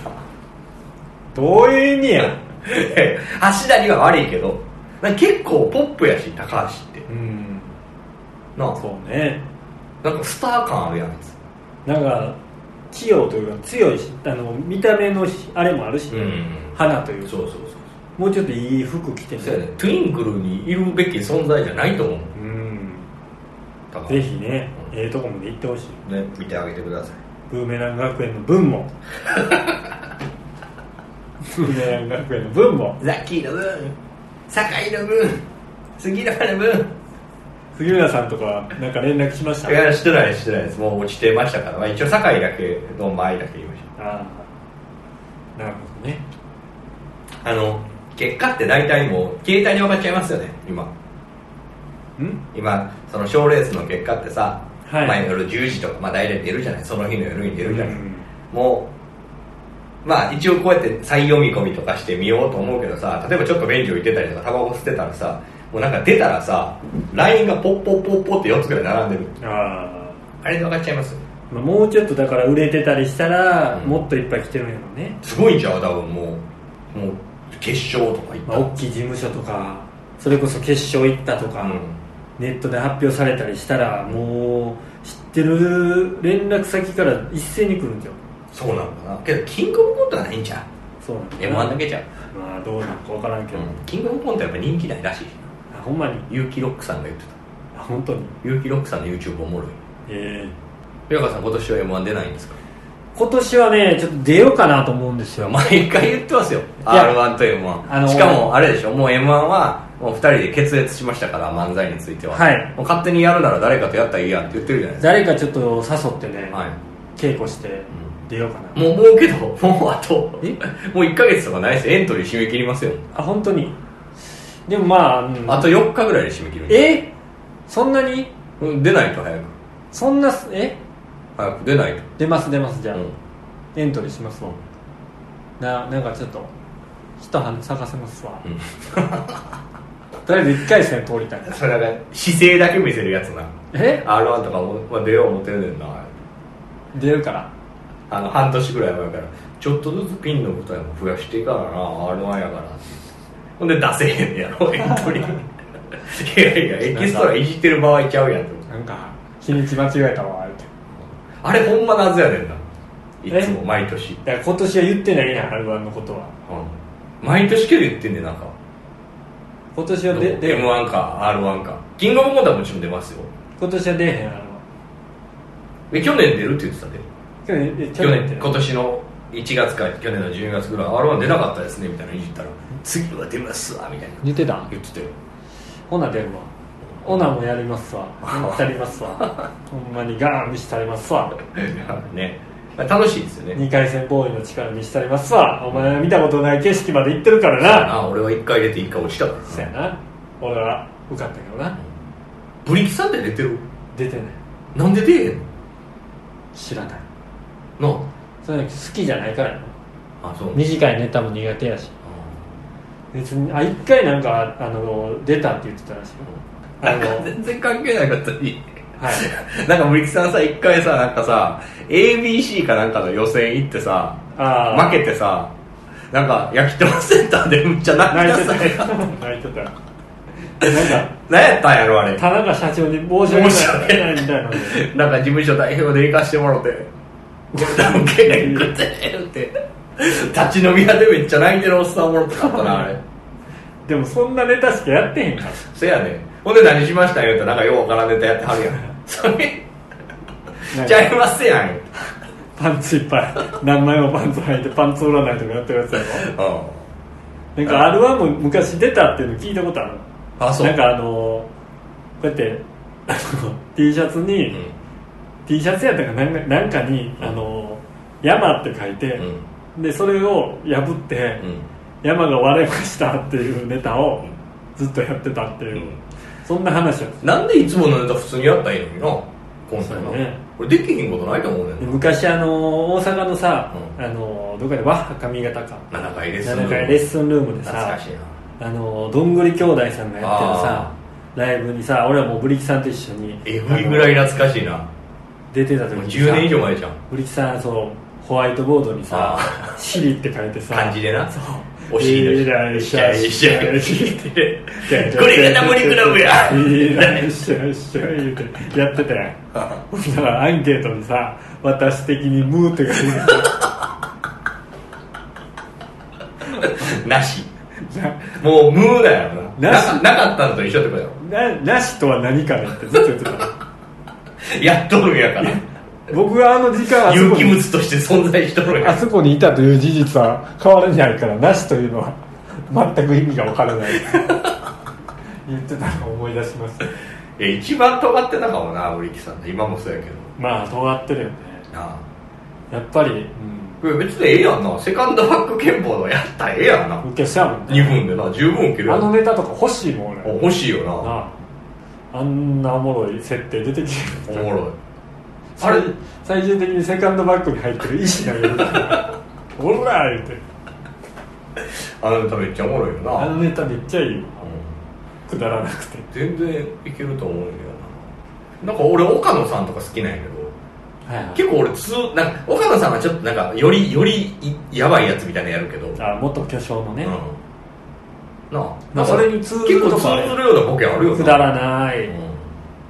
Speaker 1: どういう意味や
Speaker 2: 橋田には悪いけどなんか結構ポップやし高橋って
Speaker 1: うん
Speaker 2: なあ
Speaker 1: そうね
Speaker 2: なんかスター感あるやんあいつ
Speaker 1: なんか器用というか強いしあの見た目のひあれもあるし、
Speaker 2: ん
Speaker 1: 花という
Speaker 2: そうそうそう
Speaker 1: もうちょっといい服着て
Speaker 2: そうやねトゥインクルにいるべき存在じゃないと思う
Speaker 1: うん
Speaker 2: 高橋
Speaker 1: ぜひね
Speaker 2: うん
Speaker 1: ええとこまで行ってほしい
Speaker 2: ね、見てあげてください
Speaker 1: ブーメラン学園の分 もブーメラン学園の分も
Speaker 2: ザッキーの分酒井の分杉浦の分
Speaker 1: 杉浦さんとかなんか連絡しました
Speaker 2: いやしてないしてないですもう落ちてましたから、まあ、一応酒井だけの前だけ言いまし
Speaker 1: ああなるほどね
Speaker 2: たあの結果って大体もう携帯に分かっちゃいますよね今
Speaker 1: ん
Speaker 2: 今その賞レースの結果ってさ、
Speaker 1: はい
Speaker 2: まあ夜10時とか、まあ、大体出るじゃないその日の夜に出るじゃない、
Speaker 1: うん
Speaker 2: もうまあ一応こうやって再読み込みとかして見ようと思うけどさ例えばちょっと便所行ってたりとかタバコ吸ってたらさもうなんか出たらさ LINE がポッポッポッポって4つぐらい並んでる
Speaker 1: あ
Speaker 2: あれで分かっちゃいます
Speaker 1: あ、まあ、もうちょっとだから売れてたりしたら、
Speaker 2: うん
Speaker 1: もっといっぱい来てるんやろね、
Speaker 2: すごいんちゃう多分もうもう決勝とか行っ
Speaker 1: まあ、大きい事務所とかそれこそ決勝行ったと
Speaker 2: た
Speaker 1: か、
Speaker 2: うん
Speaker 1: ネットで発表されたりしたらもう知ってる連絡先から一斉に来るんじゃん
Speaker 2: そうなのかなけどキングオブコントはないんちゃう
Speaker 1: そうなんだ
Speaker 2: m 1だけちゃう、
Speaker 1: まあどうなんか分からんけど、
Speaker 2: キングオブコントはやっぱ人気ないらしい
Speaker 1: あほんまに
Speaker 2: 結城ロックさんが言ってた
Speaker 1: あ本当に
Speaker 2: 結城ロックさんの YouTube おもろい
Speaker 1: ええ
Speaker 2: 平川さん今年は m 1出ないんですか
Speaker 1: 今年はねちょっと出ようかなと思うんですよ、
Speaker 2: 毎回言ってますよ
Speaker 1: いや
Speaker 2: r 1と m
Speaker 1: あの
Speaker 2: 1しかもあれでしょもう m 1はもう2人で決裂しましたから漫才については、
Speaker 1: はい
Speaker 2: もう勝手にやるなら誰かとやったらいいやんって言ってるじゃないで
Speaker 1: 誰かちょっと誘ってね、
Speaker 2: すか、はい、
Speaker 1: 稽古して出ようかな、
Speaker 2: もうもうけどもうあと
Speaker 1: え
Speaker 2: もう1ヶ月とかないですエントリー締め切りますよ
Speaker 1: あ本当にでもまあ、うん
Speaker 2: あと4日ぐらいで締め切る
Speaker 1: えそんなに
Speaker 2: うん出ないと早く
Speaker 1: そんなすえ
Speaker 2: 早く出ないと
Speaker 1: 出ます出ますじゃあ、
Speaker 2: うん
Speaker 1: エントリーしますわななんかちょっと一花咲かせますわ、
Speaker 2: うん
Speaker 1: とりあえず一回戦通りたい
Speaker 2: それが姿勢だけ見せるやつな
Speaker 1: え
Speaker 2: r 1とかも、まあ、出よう思ってんねんな
Speaker 1: 出るから
Speaker 2: あの半年ぐらい前からちょっとずつピンの答えも増やしていかなな r 1やからほんで出せへんねやろエントリーいやいやエキストラいじってる場合ちゃうやんと
Speaker 1: なんか日にち間違えたわ言うて
Speaker 2: あれほんま謎やねんないつも毎年、
Speaker 1: だから今年は言ってないな r 1のことは
Speaker 2: うん毎年けど言ってんねんなんか
Speaker 1: 今年はで
Speaker 2: m
Speaker 1: で
Speaker 2: 1か r 1かキングオブコントはもちろん出ますよ
Speaker 1: 今年は出えへん r 1
Speaker 2: え去年出るって言ってたで
Speaker 1: 去年え去
Speaker 2: 去
Speaker 1: 年
Speaker 2: 年
Speaker 1: ってな
Speaker 2: 今年の1月か去年の12月ぐらい r 1出なかったですねみたいなのいじったら次は出ますわみたいな
Speaker 3: 言ってた
Speaker 2: 言ってたよ
Speaker 1: ほな出るわほなもやりますわ見たります わほんまにガーン見したりますわ
Speaker 2: ねまあ楽しいですよね
Speaker 1: 2回戦ボーイの力見したりますわお前は見たことない景色まで行ってるからな
Speaker 2: あ俺は1回出て1回落ちたから
Speaker 1: そやな俺は受かったけどな
Speaker 2: ブリキさんって出てる
Speaker 1: 出てない
Speaker 2: なんで出えへん
Speaker 1: 知らない
Speaker 2: の
Speaker 1: それ好きじゃないからやろ
Speaker 2: なあそう
Speaker 3: 短いネタも苦手やし
Speaker 1: 別にあ一回なんかあの出たって言ってたらしいよあ
Speaker 2: なん
Speaker 1: の
Speaker 2: か全然関係なかったに
Speaker 1: はい
Speaker 2: なんかブリキさんさ一回さなんかさ ABC かなんかの予選行ってさ
Speaker 1: あー
Speaker 2: 負けてさなんか焼き鳥センターでむっちゃ泣
Speaker 1: 泣
Speaker 2: い
Speaker 1: い
Speaker 2: て
Speaker 1: て
Speaker 2: た
Speaker 1: た
Speaker 2: さ
Speaker 1: 泣いてたなんか
Speaker 2: 何やったんやろあれ
Speaker 1: 田中社長に申し訳ないみたいな
Speaker 2: なんか事務所代表で行かしてもらって関係ない食って言って立ち飲み屋でめっちゃ泣いてるおっさんもろってかったなあれ
Speaker 1: でもそんなネタしかやってへんから
Speaker 2: せやねほんで何しましたん言うたらなんかようわからんネタやってはるやんそれ
Speaker 1: なん
Speaker 2: ち
Speaker 1: か
Speaker 2: ゃいますやん
Speaker 1: パンツいっぱい何枚もパンツ履いてパンツ折らないとかやってるやつやろ
Speaker 2: あ
Speaker 1: なんか r 1も昔出たっていうの聞いたことある
Speaker 2: あそう
Speaker 1: なんかあのこうやって あの T シャツに、
Speaker 2: うん
Speaker 1: T シャツやったかなんかなんかに「あの山」って書いて、
Speaker 2: うん
Speaker 1: でそれを破って「山が割れました」っていうネタをずっとやってたっていう、
Speaker 2: うん
Speaker 1: そんな話やっ
Speaker 2: なんでいつものネタ普通にやったらいいのにな今回
Speaker 1: そ
Speaker 2: な、
Speaker 1: うね
Speaker 2: 俺できひんことないと思うねんな
Speaker 1: 昔あの大阪のさ、
Speaker 2: うん
Speaker 1: あのどこやでワッハ上方か
Speaker 2: 7回レッスン
Speaker 1: 7階レッスンルームで
Speaker 2: 懐
Speaker 1: さ
Speaker 2: かしいな
Speaker 1: あのどんぐり兄弟さんがやってる
Speaker 2: あ
Speaker 1: さライブにさ俺はもうブリキさんと一緒に
Speaker 2: えぐいぐらい
Speaker 1: あの
Speaker 2: 懐かしいな
Speaker 1: 出てた時
Speaker 2: もう
Speaker 1: にさ
Speaker 2: 10年以上前じゃん
Speaker 1: ブリキさんそうホワイトボードにさ「
Speaker 2: あ
Speaker 1: シリ」って書いてさ
Speaker 2: 漢字でな
Speaker 1: そう
Speaker 2: お尻の
Speaker 1: いらっしゃい
Speaker 2: しゃいしゃいこれがナポリクラブや
Speaker 1: いらっしゃいしゃい言うてやってたやんほんならアンケートにさ「私的にムー」って書いてた
Speaker 2: なしもう無だよな
Speaker 1: なし
Speaker 2: ななかったのと一緒ってことや
Speaker 1: ななしとは何かねってずっと言ってた
Speaker 2: ろやっとるんやから
Speaker 1: 僕はあの時間あそ
Speaker 2: 有
Speaker 1: こ
Speaker 2: 機
Speaker 1: に
Speaker 2: 物として存在しとるん
Speaker 1: あ
Speaker 2: や
Speaker 1: そこにいたという事実は変わらないからなしというのは全く意味が分からない言ってたのを思い出します
Speaker 2: え一番尖ってたかもな森木さん今もそうやけど
Speaker 1: まあ尖ってるよね
Speaker 2: なあ
Speaker 1: やっぱり、
Speaker 2: これ別にええやんなセカンドバック憲法のやったらええやんな
Speaker 1: うん、受けしちゃうもんね
Speaker 2: 2分でな十分受けるや
Speaker 1: あ
Speaker 2: ん
Speaker 1: のネタとか欲しいもん
Speaker 2: お
Speaker 1: 俺
Speaker 2: 欲しいよな
Speaker 1: なああんなおもろい設定出てきて
Speaker 2: お
Speaker 1: る
Speaker 2: もろい
Speaker 1: あれ最終的にセカンドバッグに入ってる意志がいるおら言うて
Speaker 2: あの歌めっちゃおもろいよ
Speaker 1: あ
Speaker 2: な、
Speaker 1: のネタめっちゃいいわ
Speaker 2: うん
Speaker 1: くだらなくて
Speaker 2: 全然いけると思うんだけどななんか俺岡野さんとか好きなんやけど
Speaker 1: はいはい
Speaker 2: 結構俺つなんか岡野さんはちょっとなんかよりよりいやばいやつみたいなのやるけど、うん、な
Speaker 1: あ元巨匠のね、
Speaker 2: あ
Speaker 1: まあそれに通ず
Speaker 2: 結
Speaker 1: る
Speaker 2: 構
Speaker 1: と
Speaker 2: 通
Speaker 1: かある
Speaker 2: ずるようなボケあるよな
Speaker 1: くだらない、
Speaker 2: うん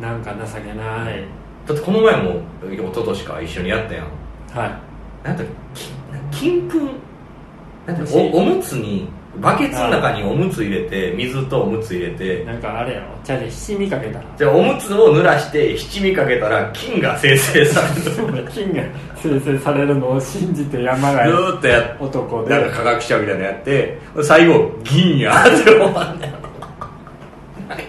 Speaker 1: なんか情けない
Speaker 2: だってこの前も一昨年か一緒にやったやん
Speaker 1: は
Speaker 2: なんだっけ金粉なんだっけ
Speaker 1: お
Speaker 2: おおむつにバケツの中におむつ入れて水とおむつ入れ
Speaker 1: い
Speaker 2: て
Speaker 1: なんかあれやろじゃあね七味かけたら
Speaker 2: じゃあおむつを濡らして七味かけたら菌が生成されるず
Speaker 1: 金が生成されるのを信じて山が
Speaker 2: ーっとやっ
Speaker 1: 男で
Speaker 2: なんか科学者みたいなのやって最後銀やって思わんねん何や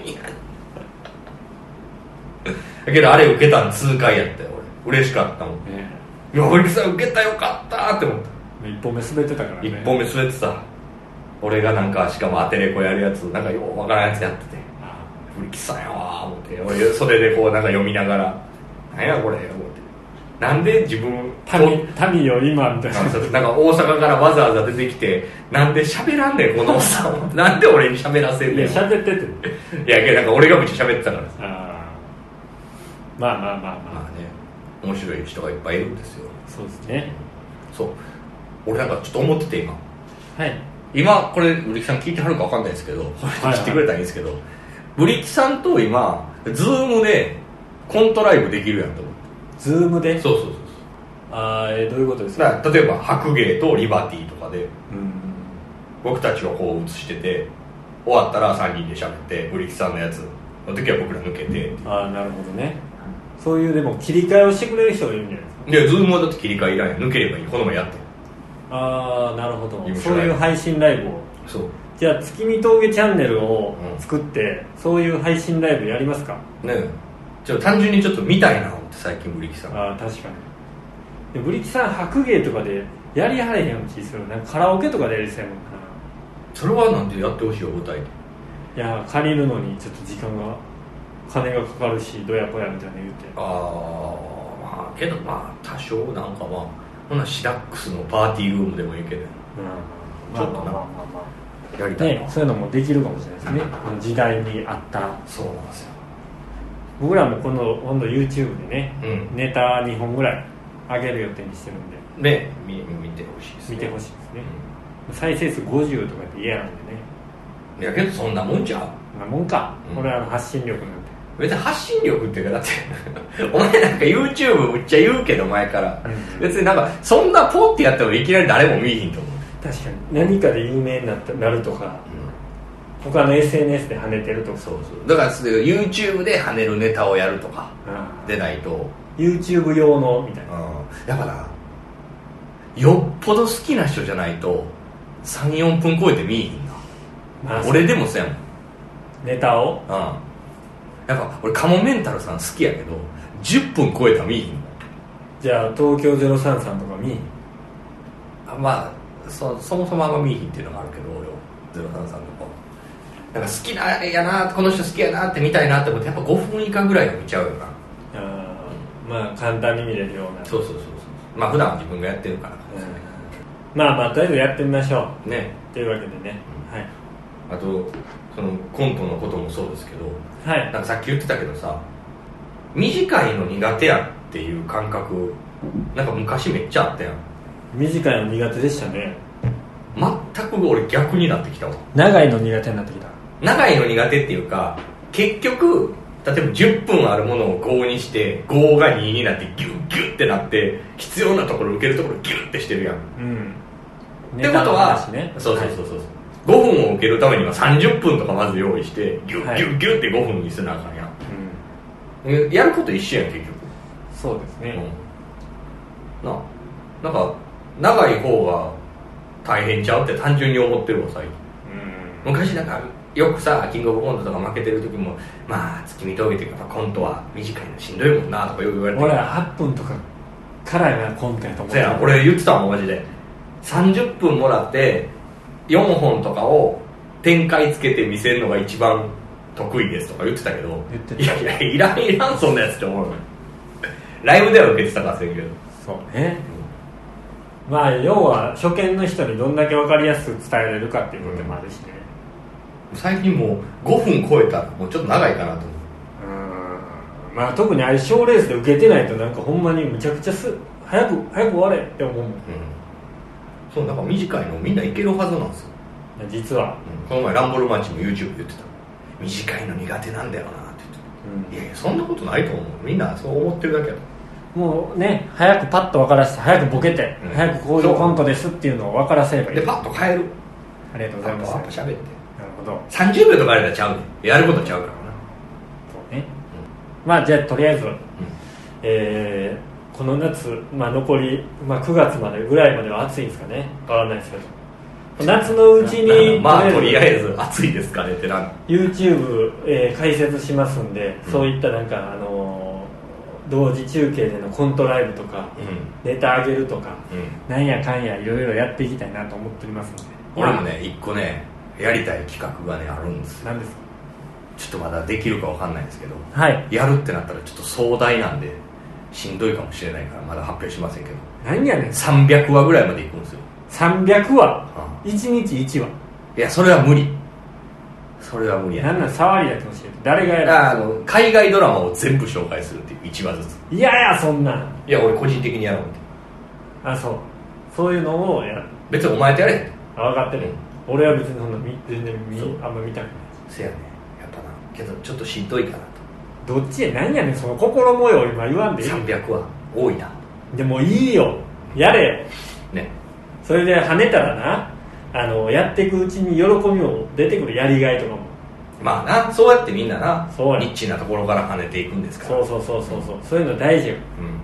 Speaker 2: だけどあれ受けたん痛快やったよ俺嬉しかったもん
Speaker 1: ね
Speaker 2: いや堀木さん受けたよかったって思った
Speaker 1: 一本目滑ってたからね
Speaker 2: 一本目滑ってた俺がなんかしかもアテレコやるやつなんかようわからんやつやっててブリキさんやわー思って俺それでこうなんか読みながら「なんやこれ」思ってなんで自分こ
Speaker 1: 民民よ今みたいな
Speaker 2: うなんか大阪からわざわざ出てきてなんで喋らんねんこのおっさん なんで俺に喋らせん
Speaker 1: い
Speaker 2: ね
Speaker 1: や
Speaker 2: んいや
Speaker 1: 喋ってて
Speaker 2: けどなんか俺がめっちゃ喋ってたからさ
Speaker 1: あーまあまあまあまあ、
Speaker 2: まあね面白い人がいっぱいいるんですよ
Speaker 1: そうですね
Speaker 2: そう俺なんかちょっと思ってて今
Speaker 1: はい
Speaker 2: 今これブリキさん聞いてはるか分かんないですけど
Speaker 1: いはい
Speaker 2: 聞いてくれたらいいんですけど、ブリキさんと今ズームでコントライブできるやんと思って
Speaker 1: ズームで
Speaker 2: そうそうそう
Speaker 1: あーえーどういうことです
Speaker 2: そう
Speaker 1: か
Speaker 2: だから例えば白芸とリバティとかで
Speaker 1: うん
Speaker 2: 僕たちをこう映してて終わったら3人で喋ってブリキさんのやつの時は僕ら抜けて
Speaker 1: ああなるほどねそういうでも切り替えをしてくれる人がいるんじゃないですか
Speaker 2: いやズームはだって切り替えいらんやん抜ければいいこの前やって
Speaker 1: ああなるほど
Speaker 2: 事務
Speaker 1: そ
Speaker 2: 所
Speaker 1: う
Speaker 2: ライ
Speaker 1: い
Speaker 2: ブ
Speaker 1: う配信ライブを
Speaker 2: そう
Speaker 1: じゃあ月見峠チャンネルを
Speaker 2: うん
Speaker 1: 作って、そういう配信ライブやりますか
Speaker 2: ねえちょっと単純にちょっと見たいな思って最近ブリキさん
Speaker 1: ああ確かにでブリキさん白芸とかでやりはれへん気するなんかカラオケとかでやりそうやもんな
Speaker 2: それはなんてやってほしいよ舞台で
Speaker 1: いやー借りるのにちょっと時間が金がかかるしどやこやみたいな言うて
Speaker 2: ああまあけどまあ多少なんかまあほなシダックスのパーティールームでもいいけど
Speaker 1: うん
Speaker 2: ちょっとな
Speaker 1: ま
Speaker 2: やり
Speaker 1: あ
Speaker 2: たいな、
Speaker 1: ねそういうのもできるかもしれないですねこの時代に合った
Speaker 2: そうなんですよ
Speaker 1: 僕らも今度今度 YouTube でね、
Speaker 2: うん
Speaker 1: ネタ2本ぐらい上げる予定にしてるんで
Speaker 2: ね見見てほしいですね
Speaker 1: 見てほしいですね、
Speaker 2: う
Speaker 1: 再生数50とかって嫌なんでね
Speaker 2: んいやけどそんなもんじゃう
Speaker 1: こんなもんか、
Speaker 2: うん
Speaker 1: これは発信力なんて
Speaker 2: 別に発信力っていうかだって お前なんか YouTube めっちゃ言うけど前から、
Speaker 1: うん
Speaker 2: 別になんかそんなポンってやってもいきなり誰も見えひんと思う、
Speaker 1: 確かに何かで有名になったなるとか他の SNS で跳ねてるとか
Speaker 2: そうそうだからそれ YouTube で跳ねるネタをやるとか
Speaker 1: うん
Speaker 2: でないと
Speaker 1: YouTube 用のみたいな
Speaker 2: だからよっぽど好きな人じゃないと34分超えて見えへんな、
Speaker 1: まあ
Speaker 2: 俺でもそうやもん
Speaker 1: ネタを
Speaker 2: うんなんか俺カモメンタルさん好きやけど10分超えたら見えへん
Speaker 1: じゃあ東京03さんとか見
Speaker 2: あまあそそもそもあんま見えひんっていうのがあるけど俺はゼロ三さんとかなんか好きなやなこの人好きやなって見たいなって思ってやっぱ5分以下ぐらいは見ちゃうよな
Speaker 1: あーまあ簡単に見れるような
Speaker 2: そうそうそうそうまあ普段は自分がやってるから
Speaker 1: うんまあまあとりあえずやってみましょ
Speaker 2: ね
Speaker 1: うというわけでねはい
Speaker 2: あとそのコントのこともそうですけど
Speaker 1: はい
Speaker 2: なんかさっき言ってたけどさ短いの苦手やっていう感覚なんか昔めっちゃあったやん
Speaker 1: 短いの苦手でしたね
Speaker 2: 全く俺逆になってきたわ
Speaker 1: 長いの苦手になってきた
Speaker 2: 長いの苦手っていうか結局例えば10分あるものを5にして5が2になってギュッギュッってなって必要なところ受けるところギュッてしてるや
Speaker 1: う
Speaker 2: ん、
Speaker 1: ん
Speaker 2: ってことは、そうそうそうそう、5分を受けるためには30分とかまず用意してギュッギュッギュッって5分にせなあかんやん、
Speaker 1: うん
Speaker 2: えやること一緒やん結局、
Speaker 1: そうですね、
Speaker 2: なあなんか長い方が大変ちゃうって単純に思ってるわ最近
Speaker 1: うん
Speaker 2: 昔なんかよくさキングオブコントとか負けてる時もまあ月見峠というかコントは短いのしんどいもんなとかよく言われて
Speaker 1: 俺は8分とかからやなコンテンツ思っ
Speaker 2: そ
Speaker 1: て
Speaker 2: やな俺言ってたもんマジで30分もらって4本とかを展開つけて見せるのが一番得意ですとか言ってたけど
Speaker 1: 言ってた
Speaker 2: いやいやいらんいらんそんなやつって思うのよライブでは受けてたからせんけど
Speaker 1: そうねまあ要は初見の人にどんだけ分かりやすく伝えれるかっていうこともあるしね
Speaker 2: 最近もう5分超えたらもうちょっと長いかなと思う
Speaker 1: うんまあ特にああいう賞レースで受けてないとなんかほんまにむちゃくちゃす早く早く終われって思うもん
Speaker 2: うんそうなんか短いのみんないけるはずなんですよ、
Speaker 1: 実は、
Speaker 2: うんこの前ランボルマンチも YouTube で言ってた短いの苦手なんだよなって言ってたいやいやそんなことないと思うみんなそう思ってるだけやと
Speaker 1: もうね早くパッと分からせて早くボケて、
Speaker 2: うん
Speaker 1: 早くこういうコントですっていうのを分からせればいい
Speaker 2: でパッと変える
Speaker 1: ありがとうござ
Speaker 2: パ
Speaker 1: い
Speaker 2: ッ
Speaker 1: ま
Speaker 2: と
Speaker 1: す
Speaker 2: パ
Speaker 1: な
Speaker 2: ッ
Speaker 1: る
Speaker 2: と喋って
Speaker 1: ほど
Speaker 2: 30秒とかあればちゃうねんやることちゃうからな
Speaker 1: そうね、まあじゃあとりあえず、えーこの夏、まあ、残り、まあ、9月までぐらいまでは暑いんですかねわからないですけ ど夏のうちに
Speaker 2: まあとりあ
Speaker 1: ず
Speaker 2: えず暑いですかねってなん
Speaker 1: YouTube、えー解説しますんで、
Speaker 2: うん
Speaker 1: そういったなんか、あのー同時中継でのコントライブとか、
Speaker 2: う
Speaker 1: ネタ上げるとか
Speaker 2: んうん
Speaker 1: なんやかんやいろいろやっていきたいなと思っておりますので
Speaker 2: 俺もね一個ねやりたい企画がねあるんですよ
Speaker 1: 何ですか
Speaker 2: ちょっとまだできるかわかんないんですけど
Speaker 1: はい
Speaker 2: やるってなったらちょっと壮大なんでしんどいかもしれないからまだ発表しませんけど
Speaker 1: 何やねん
Speaker 2: 300話ぐらいまで行くんですよ、
Speaker 1: 300話1日1話
Speaker 2: いやそれは無理それは無理や
Speaker 1: なんなん触りだけ教えて誰がやる
Speaker 2: あの海外ドラマを全部紹介するっていう1話ずつ
Speaker 1: いやいやそんなん
Speaker 2: いや俺個人的にやろうって
Speaker 1: あそうそういうのをやる
Speaker 2: 別にお前とやれへんと
Speaker 1: あ分かってる、
Speaker 2: うん
Speaker 1: 俺は別にそんな見全然見
Speaker 2: そう
Speaker 1: あんま見たくない
Speaker 2: せやねやっぱなけどちょっとしんどいかなと
Speaker 1: どっちや何やねんその心模様今言わんでいい
Speaker 2: 300話多いな
Speaker 1: でもいいよやれよ
Speaker 2: ね
Speaker 1: それで跳ねたらなあのやっていくうちに喜びも出てくるやりがいとかも
Speaker 2: まあなそうやってみんなな
Speaker 1: そうや
Speaker 2: ニッチなところから跳ねていくんですか
Speaker 1: そ
Speaker 2: ら
Speaker 1: うそうそうそうそうそういうの大事よ
Speaker 2: うん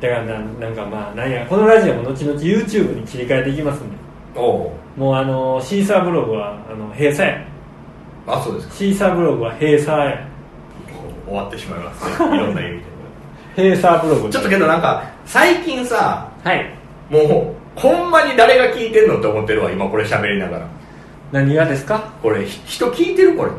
Speaker 1: だからななんかまあなんやこのラジオも後々 YouTube に切り替えていきますんで
Speaker 2: おう
Speaker 1: もうあのシーサーブログはあの閉鎖や
Speaker 2: あそうですか
Speaker 1: シーサーブログは閉鎖や
Speaker 2: 終わってしまいますねいろんな意味で
Speaker 1: 閉鎖ブログ
Speaker 2: ちょっとけどなんか最近さ
Speaker 1: はい
Speaker 2: もうほんまに誰が聞いてんのって思ってるわ今これ喋りながら
Speaker 1: 何がですか
Speaker 2: これひ人聞いてるこれ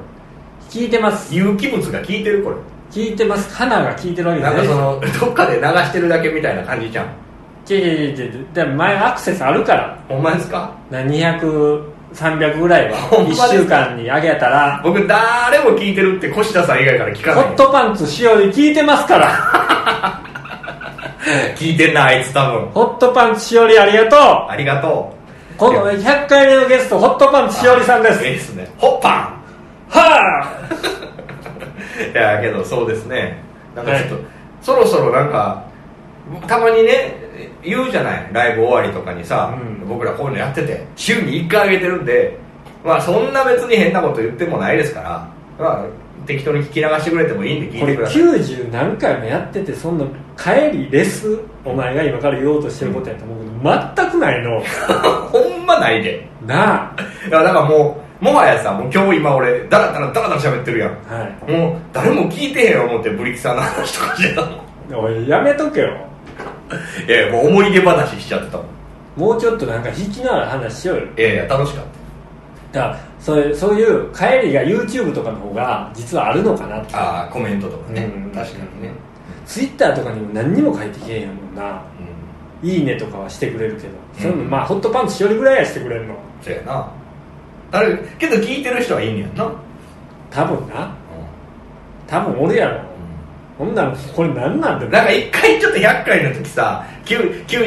Speaker 1: 聞いてます
Speaker 2: 有機物が聞いてるこれ
Speaker 1: 聞いてます花が聞いてるわけじゃ
Speaker 2: なん
Speaker 1: ない
Speaker 2: か
Speaker 1: で
Speaker 2: そ
Speaker 1: す
Speaker 2: のどっかで流してるだけみたいな感じじゃん
Speaker 1: 違う違う違う違うでも前アクセスあるから
Speaker 2: ほんまですか
Speaker 1: な200300ぐらいは
Speaker 2: ほん
Speaker 1: 1
Speaker 2: まですか
Speaker 1: 週間に上げたら
Speaker 2: 僕誰も聞いてるって越田さん以外から聞
Speaker 1: ホ
Speaker 2: かない
Speaker 1: ットパンツしおり聞いてますから
Speaker 2: 聞いてんなあいつ多分
Speaker 1: ホットパンツしおりありがと
Speaker 2: ありがと
Speaker 1: うこの100回目のゲストホットパン
Speaker 2: う
Speaker 1: ツしおりさんです
Speaker 2: あいいですねホッパ
Speaker 1: はあ
Speaker 2: ンいやけどそうですねなんかちょっと、
Speaker 1: はい
Speaker 2: そろそろなんかたまにね言うじゃないライブ終わりとかにさ、
Speaker 1: うん
Speaker 2: 僕らこういうのやってて週に1回あげてるんでまあそんな別に変なこと言ってもないですから、まあ、適当に聞き流してくれてもいいんで聞い
Speaker 1: こ
Speaker 2: て
Speaker 1: れ
Speaker 2: ください
Speaker 1: 90何回もやっててそんな帰りレスお前が今から言おうとしてることやと思うけど全くない の
Speaker 2: ほんまないで
Speaker 1: な
Speaker 2: だからだからもうもはやさもう今日今俺ダラダラダラダラ喋ってるやん
Speaker 1: あはい
Speaker 2: もう誰も聞いてへん思ってブリキさんの 話とかしてたもん
Speaker 1: おいやめとけよ
Speaker 2: いやいやもう思い出話しちゃってたもん
Speaker 1: もうちょっとなんか引きのある話しようよ
Speaker 2: いやいや楽しかっ
Speaker 1: だからそういうそういう帰りが YouTube とかの方が実はあるのかなって
Speaker 2: たああコメントとかね
Speaker 1: うん
Speaker 2: 確かにね、
Speaker 1: Twitter とかにも何にも書いてけえへんもんな
Speaker 2: う
Speaker 1: 「
Speaker 2: ん、
Speaker 1: いいね」とかはしてくれるけど、
Speaker 2: うん
Speaker 1: それもまあホットパンツしよりぐらいはしてくれるの
Speaker 2: そうやな誰けど聞いてる人はいいんやんな、うん
Speaker 1: 多分な多分俺やろほんならこれ何なんだよ
Speaker 2: なんか一回ちょっと100回の時さ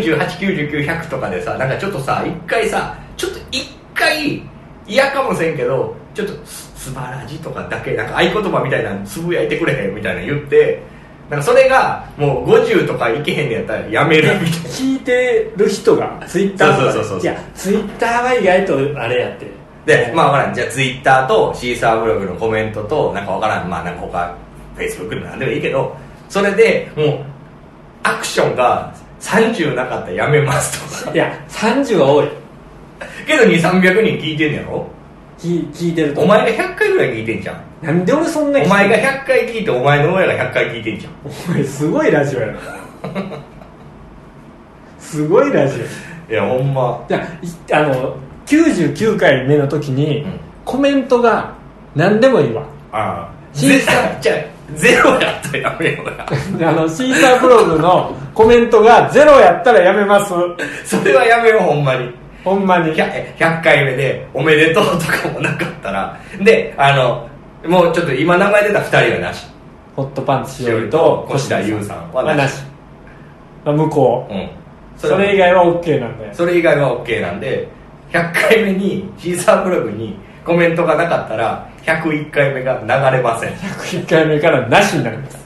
Speaker 2: 9899100とかでさなんかちょっとさ一回さちょっと一回嫌かもせんけどちょっとす「素晴らしい」とかだけなんか合言葉みたいなのつぶやいてくれへんみたいなの言ってなんかそれがもう50とかいけへんのやったらやめるみたいな
Speaker 1: 聞いてる人が Twitter とかで
Speaker 2: そうそうそうそう
Speaker 1: いや Twitter は意外とあれやって
Speaker 2: で、まあわからん。じゃあ、ツイッターとシーサーブログのコメントと、なんかわからん。まあなんか他、フェイスブックのなんでもいいけど、それでもう、アクションが30なかったらやめますとか。
Speaker 1: いや30は多い
Speaker 2: けど2、300人聞いてんねやろ
Speaker 1: 聞聞いてると
Speaker 2: お前が100回ぐらい聞いてんじゃん。
Speaker 1: なんで俺そんな聞い
Speaker 2: お
Speaker 1: て
Speaker 2: 前が100回聞いて、お前の親が100回聞いてんじゃん。
Speaker 1: お前すごいラジオ やなすごいラジオ
Speaker 2: いや、ほんま。
Speaker 1: じゃあいあの99回目の時に、
Speaker 2: うん
Speaker 1: コメントが何でもいいわ
Speaker 2: ああ。
Speaker 1: シーサー
Speaker 2: ゼロじゃあゼロやったらやめようや。
Speaker 1: あのシーサーブログのコメントがゼロやったらやめます
Speaker 2: それはやめよう、ほんまに。
Speaker 1: ほんまに
Speaker 2: 100, 100回目で「おめでとう」とかもなかったらであのもうちょっと今名前出た2人はなし
Speaker 1: ホットパンツしおりと
Speaker 2: 越田優さんは
Speaker 1: は
Speaker 2: な
Speaker 1: な
Speaker 2: し
Speaker 1: しまあ向こ
Speaker 2: うん
Speaker 1: うそれ以外は OK なんだよ
Speaker 2: それ以外は OK なんで100回目にシーサーブログにコメントがなかったら101回目が流れません
Speaker 1: 1回目からなしになります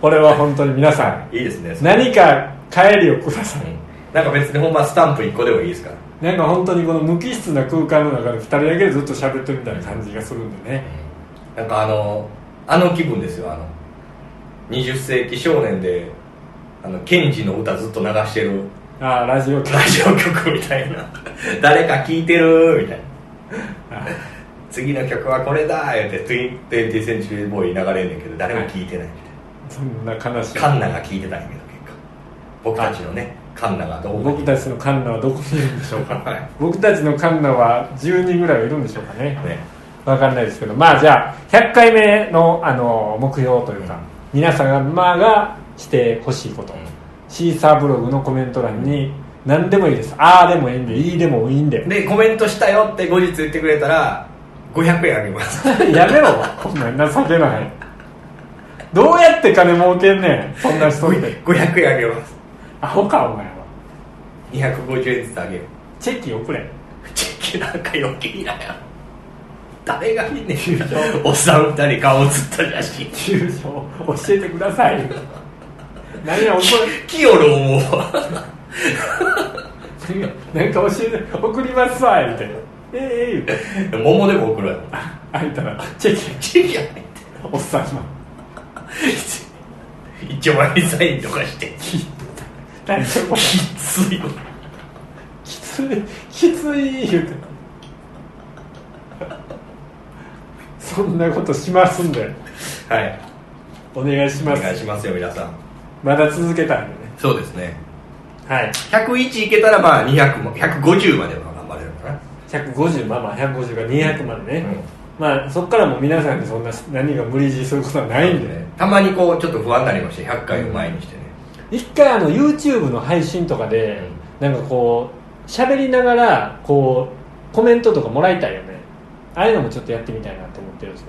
Speaker 1: これは本当に皆さん
Speaker 2: いいですね
Speaker 1: 何か帰りをくださ
Speaker 2: う
Speaker 1: い
Speaker 2: んなんか別にほんまスタンプ1個でもいいですから
Speaker 1: なんか本当にこの無機質な空間の中で2人だけでずっと喋ってるみたいな感じがするんでね
Speaker 2: なんかあのあの気分ですよあの20世紀少年であのケンジの歌ずっと流してる
Speaker 1: ああラジオ局
Speaker 2: ラジオ曲みたいな 誰か聴いてるみたいな次の曲はこれだー言って「20th Century Boy」流れんねんけど誰も聴いてないみ
Speaker 1: そんな悲した
Speaker 2: い
Speaker 1: い
Speaker 2: なカンナが聴いてたんやけど結果僕たちのねカンナがどう
Speaker 1: 僕たちのカンナはどこにいるんでしょうか
Speaker 2: は
Speaker 1: 僕たちのカンナは10人ぐらいはいるんでしょうかね
Speaker 2: い ね
Speaker 1: わかんないですけどまあじゃあ100回目のあの目標というか、
Speaker 2: うん
Speaker 1: 皆様がしてほしいこと、シーサーブログのコメント欄に何でもいいですああでもいいんでいいでもいいんで
Speaker 2: でコメントしたよって後日言ってくれたら500円あげます
Speaker 1: やめろこんな情けないどうやって金儲けんねんそんな人っ て
Speaker 2: 500円あげます
Speaker 1: アホかお前は
Speaker 2: 250円ずつあげる
Speaker 1: チェキ送れ
Speaker 2: チェキなんか余計だよ誰が見んねん おっさん2人顔写った写真
Speaker 1: 住所教えてください 何や送れ
Speaker 2: キヨロ 思うわ
Speaker 1: 何か教えて送りますわみたいなええええ言うて
Speaker 2: 桃でも送ろうよ
Speaker 1: 開いたらチェキ
Speaker 2: チェキ入ってる
Speaker 1: おっさんの
Speaker 2: 一応ワインサインとかしてき
Speaker 1: 何そこ
Speaker 2: ついわ
Speaker 1: きついきつい言うてそんなことしますんで
Speaker 2: はい
Speaker 1: お願いし
Speaker 2: お
Speaker 1: ます
Speaker 2: 願いしますよ皆さん
Speaker 1: まだ続けたんでね
Speaker 2: そうですね
Speaker 1: はい
Speaker 2: 101いけたらまあ200も150までは頑張れるかな
Speaker 1: 150まあまあ150が200までね、
Speaker 2: うん
Speaker 1: まあそっからもう皆さんでそんな何が無理強いすることはないんでね
Speaker 2: ねたまにこうちょっと不安になりまして100回を前にしてね、
Speaker 1: 一回あの YouTube の配信とかで、なんかこう喋りながらこうコメントとかもらいたいよねああいうのもちょっとやってみたいなって思ってるんですよ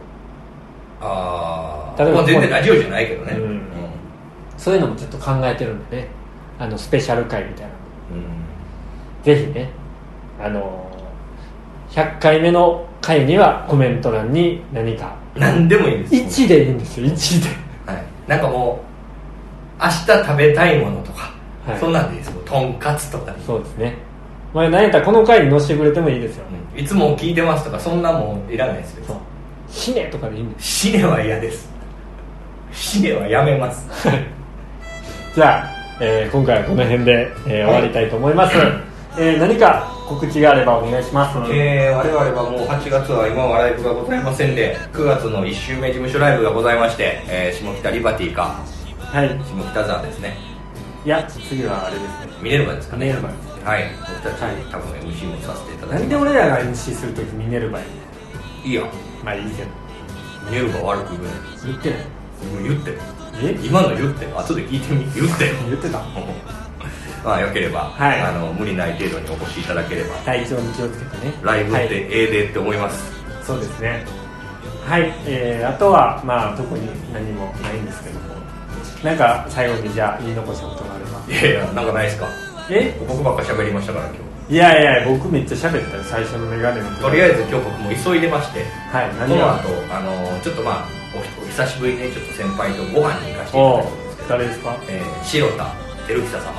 Speaker 2: ああ
Speaker 1: 例えば
Speaker 2: まあ全然ラジオじゃないけどね
Speaker 1: うんそういうのもちょっと考えてるんでねあのスペシャル回みたいなの
Speaker 2: うんうん
Speaker 1: ぜひねあの100回目の回にはコメント欄に何か
Speaker 2: 何でもいいんです
Speaker 1: 1でいいんですよ1で
Speaker 2: はい、なんかもう明日食べたいものとか、
Speaker 1: はい
Speaker 2: そんなんでいいですもうとんかつとか、
Speaker 1: そうですねまあ何やったらこの回に載せてくれてもいいですよね
Speaker 2: うんいつも聞いてますとかそんなもんいらないです
Speaker 1: そう
Speaker 2: よ
Speaker 1: 死ねとかでいいんです
Speaker 2: 死ねは嫌です死ねはやめます
Speaker 1: じゃあ、えー今回はこの辺で、えー終わりたいと思います、えー何か告知があればお願いします、
Speaker 2: えー、我々はもう8月は今はライブがございませんで9月の1週目事務所ライブがございまして、えー下北リバティか
Speaker 1: はい
Speaker 2: 下北沢ですね
Speaker 1: いや次はあれですね
Speaker 2: ミネルヴァですかね
Speaker 1: ミネルヴァ
Speaker 2: はい僕たち、
Speaker 1: はい
Speaker 2: 多分 MC もさせていただ
Speaker 1: ないん
Speaker 2: て
Speaker 1: で俺らが MC するときミネルヴァやね
Speaker 2: いいや
Speaker 1: んまあいいけど
Speaker 2: ミネルヴァ悪く言うね
Speaker 1: 言ってない
Speaker 2: 言って
Speaker 1: え
Speaker 2: 今の言って後で聞いてみ言 ってよ
Speaker 1: 言ってた
Speaker 2: まあよければ、
Speaker 1: はい
Speaker 2: あの無理ない程度にお越しいただければ
Speaker 1: 体調に気をつけてね
Speaker 2: ライブって
Speaker 1: はい、
Speaker 2: ええでって思います、
Speaker 1: そうですねはい、えーあとはまあ特に何もないんですけどもなんか最後にじゃあ言い残したことがあれば
Speaker 2: い、やいやなんかないですか
Speaker 1: え
Speaker 2: 僕ばっか喋りましたから今日
Speaker 1: いやいや僕めっちゃ喋ったよ最初のメガネの時
Speaker 2: とりあえず今日僕も急いでまして
Speaker 1: はい
Speaker 2: こ
Speaker 1: 何
Speaker 2: の
Speaker 1: が
Speaker 2: 後あのちょっとまあおお久しぶりにねちょっと先輩とご飯に行かせていた
Speaker 1: お
Speaker 2: だ
Speaker 1: う
Speaker 2: くんですけど、
Speaker 1: 誰ですか
Speaker 2: えー、白田照久様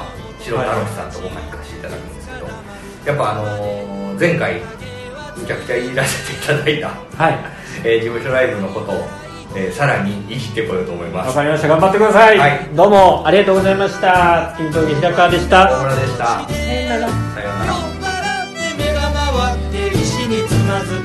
Speaker 2: 白田ロさんとご飯に行かせていただくんですけど、やっぱあのー前回むちゃくちゃ言い出せていただいた
Speaker 1: はい
Speaker 2: えー事務所ライブのことを、えーさらにいじってこようと思いま
Speaker 1: わ
Speaker 2: す
Speaker 1: かりました頑張ってください、
Speaker 2: はい
Speaker 1: どうもありがとうございました月見峠平川でし
Speaker 2: 大
Speaker 1: た
Speaker 2: 村でしたさようなら
Speaker 4: 笑って目が回って石につまずく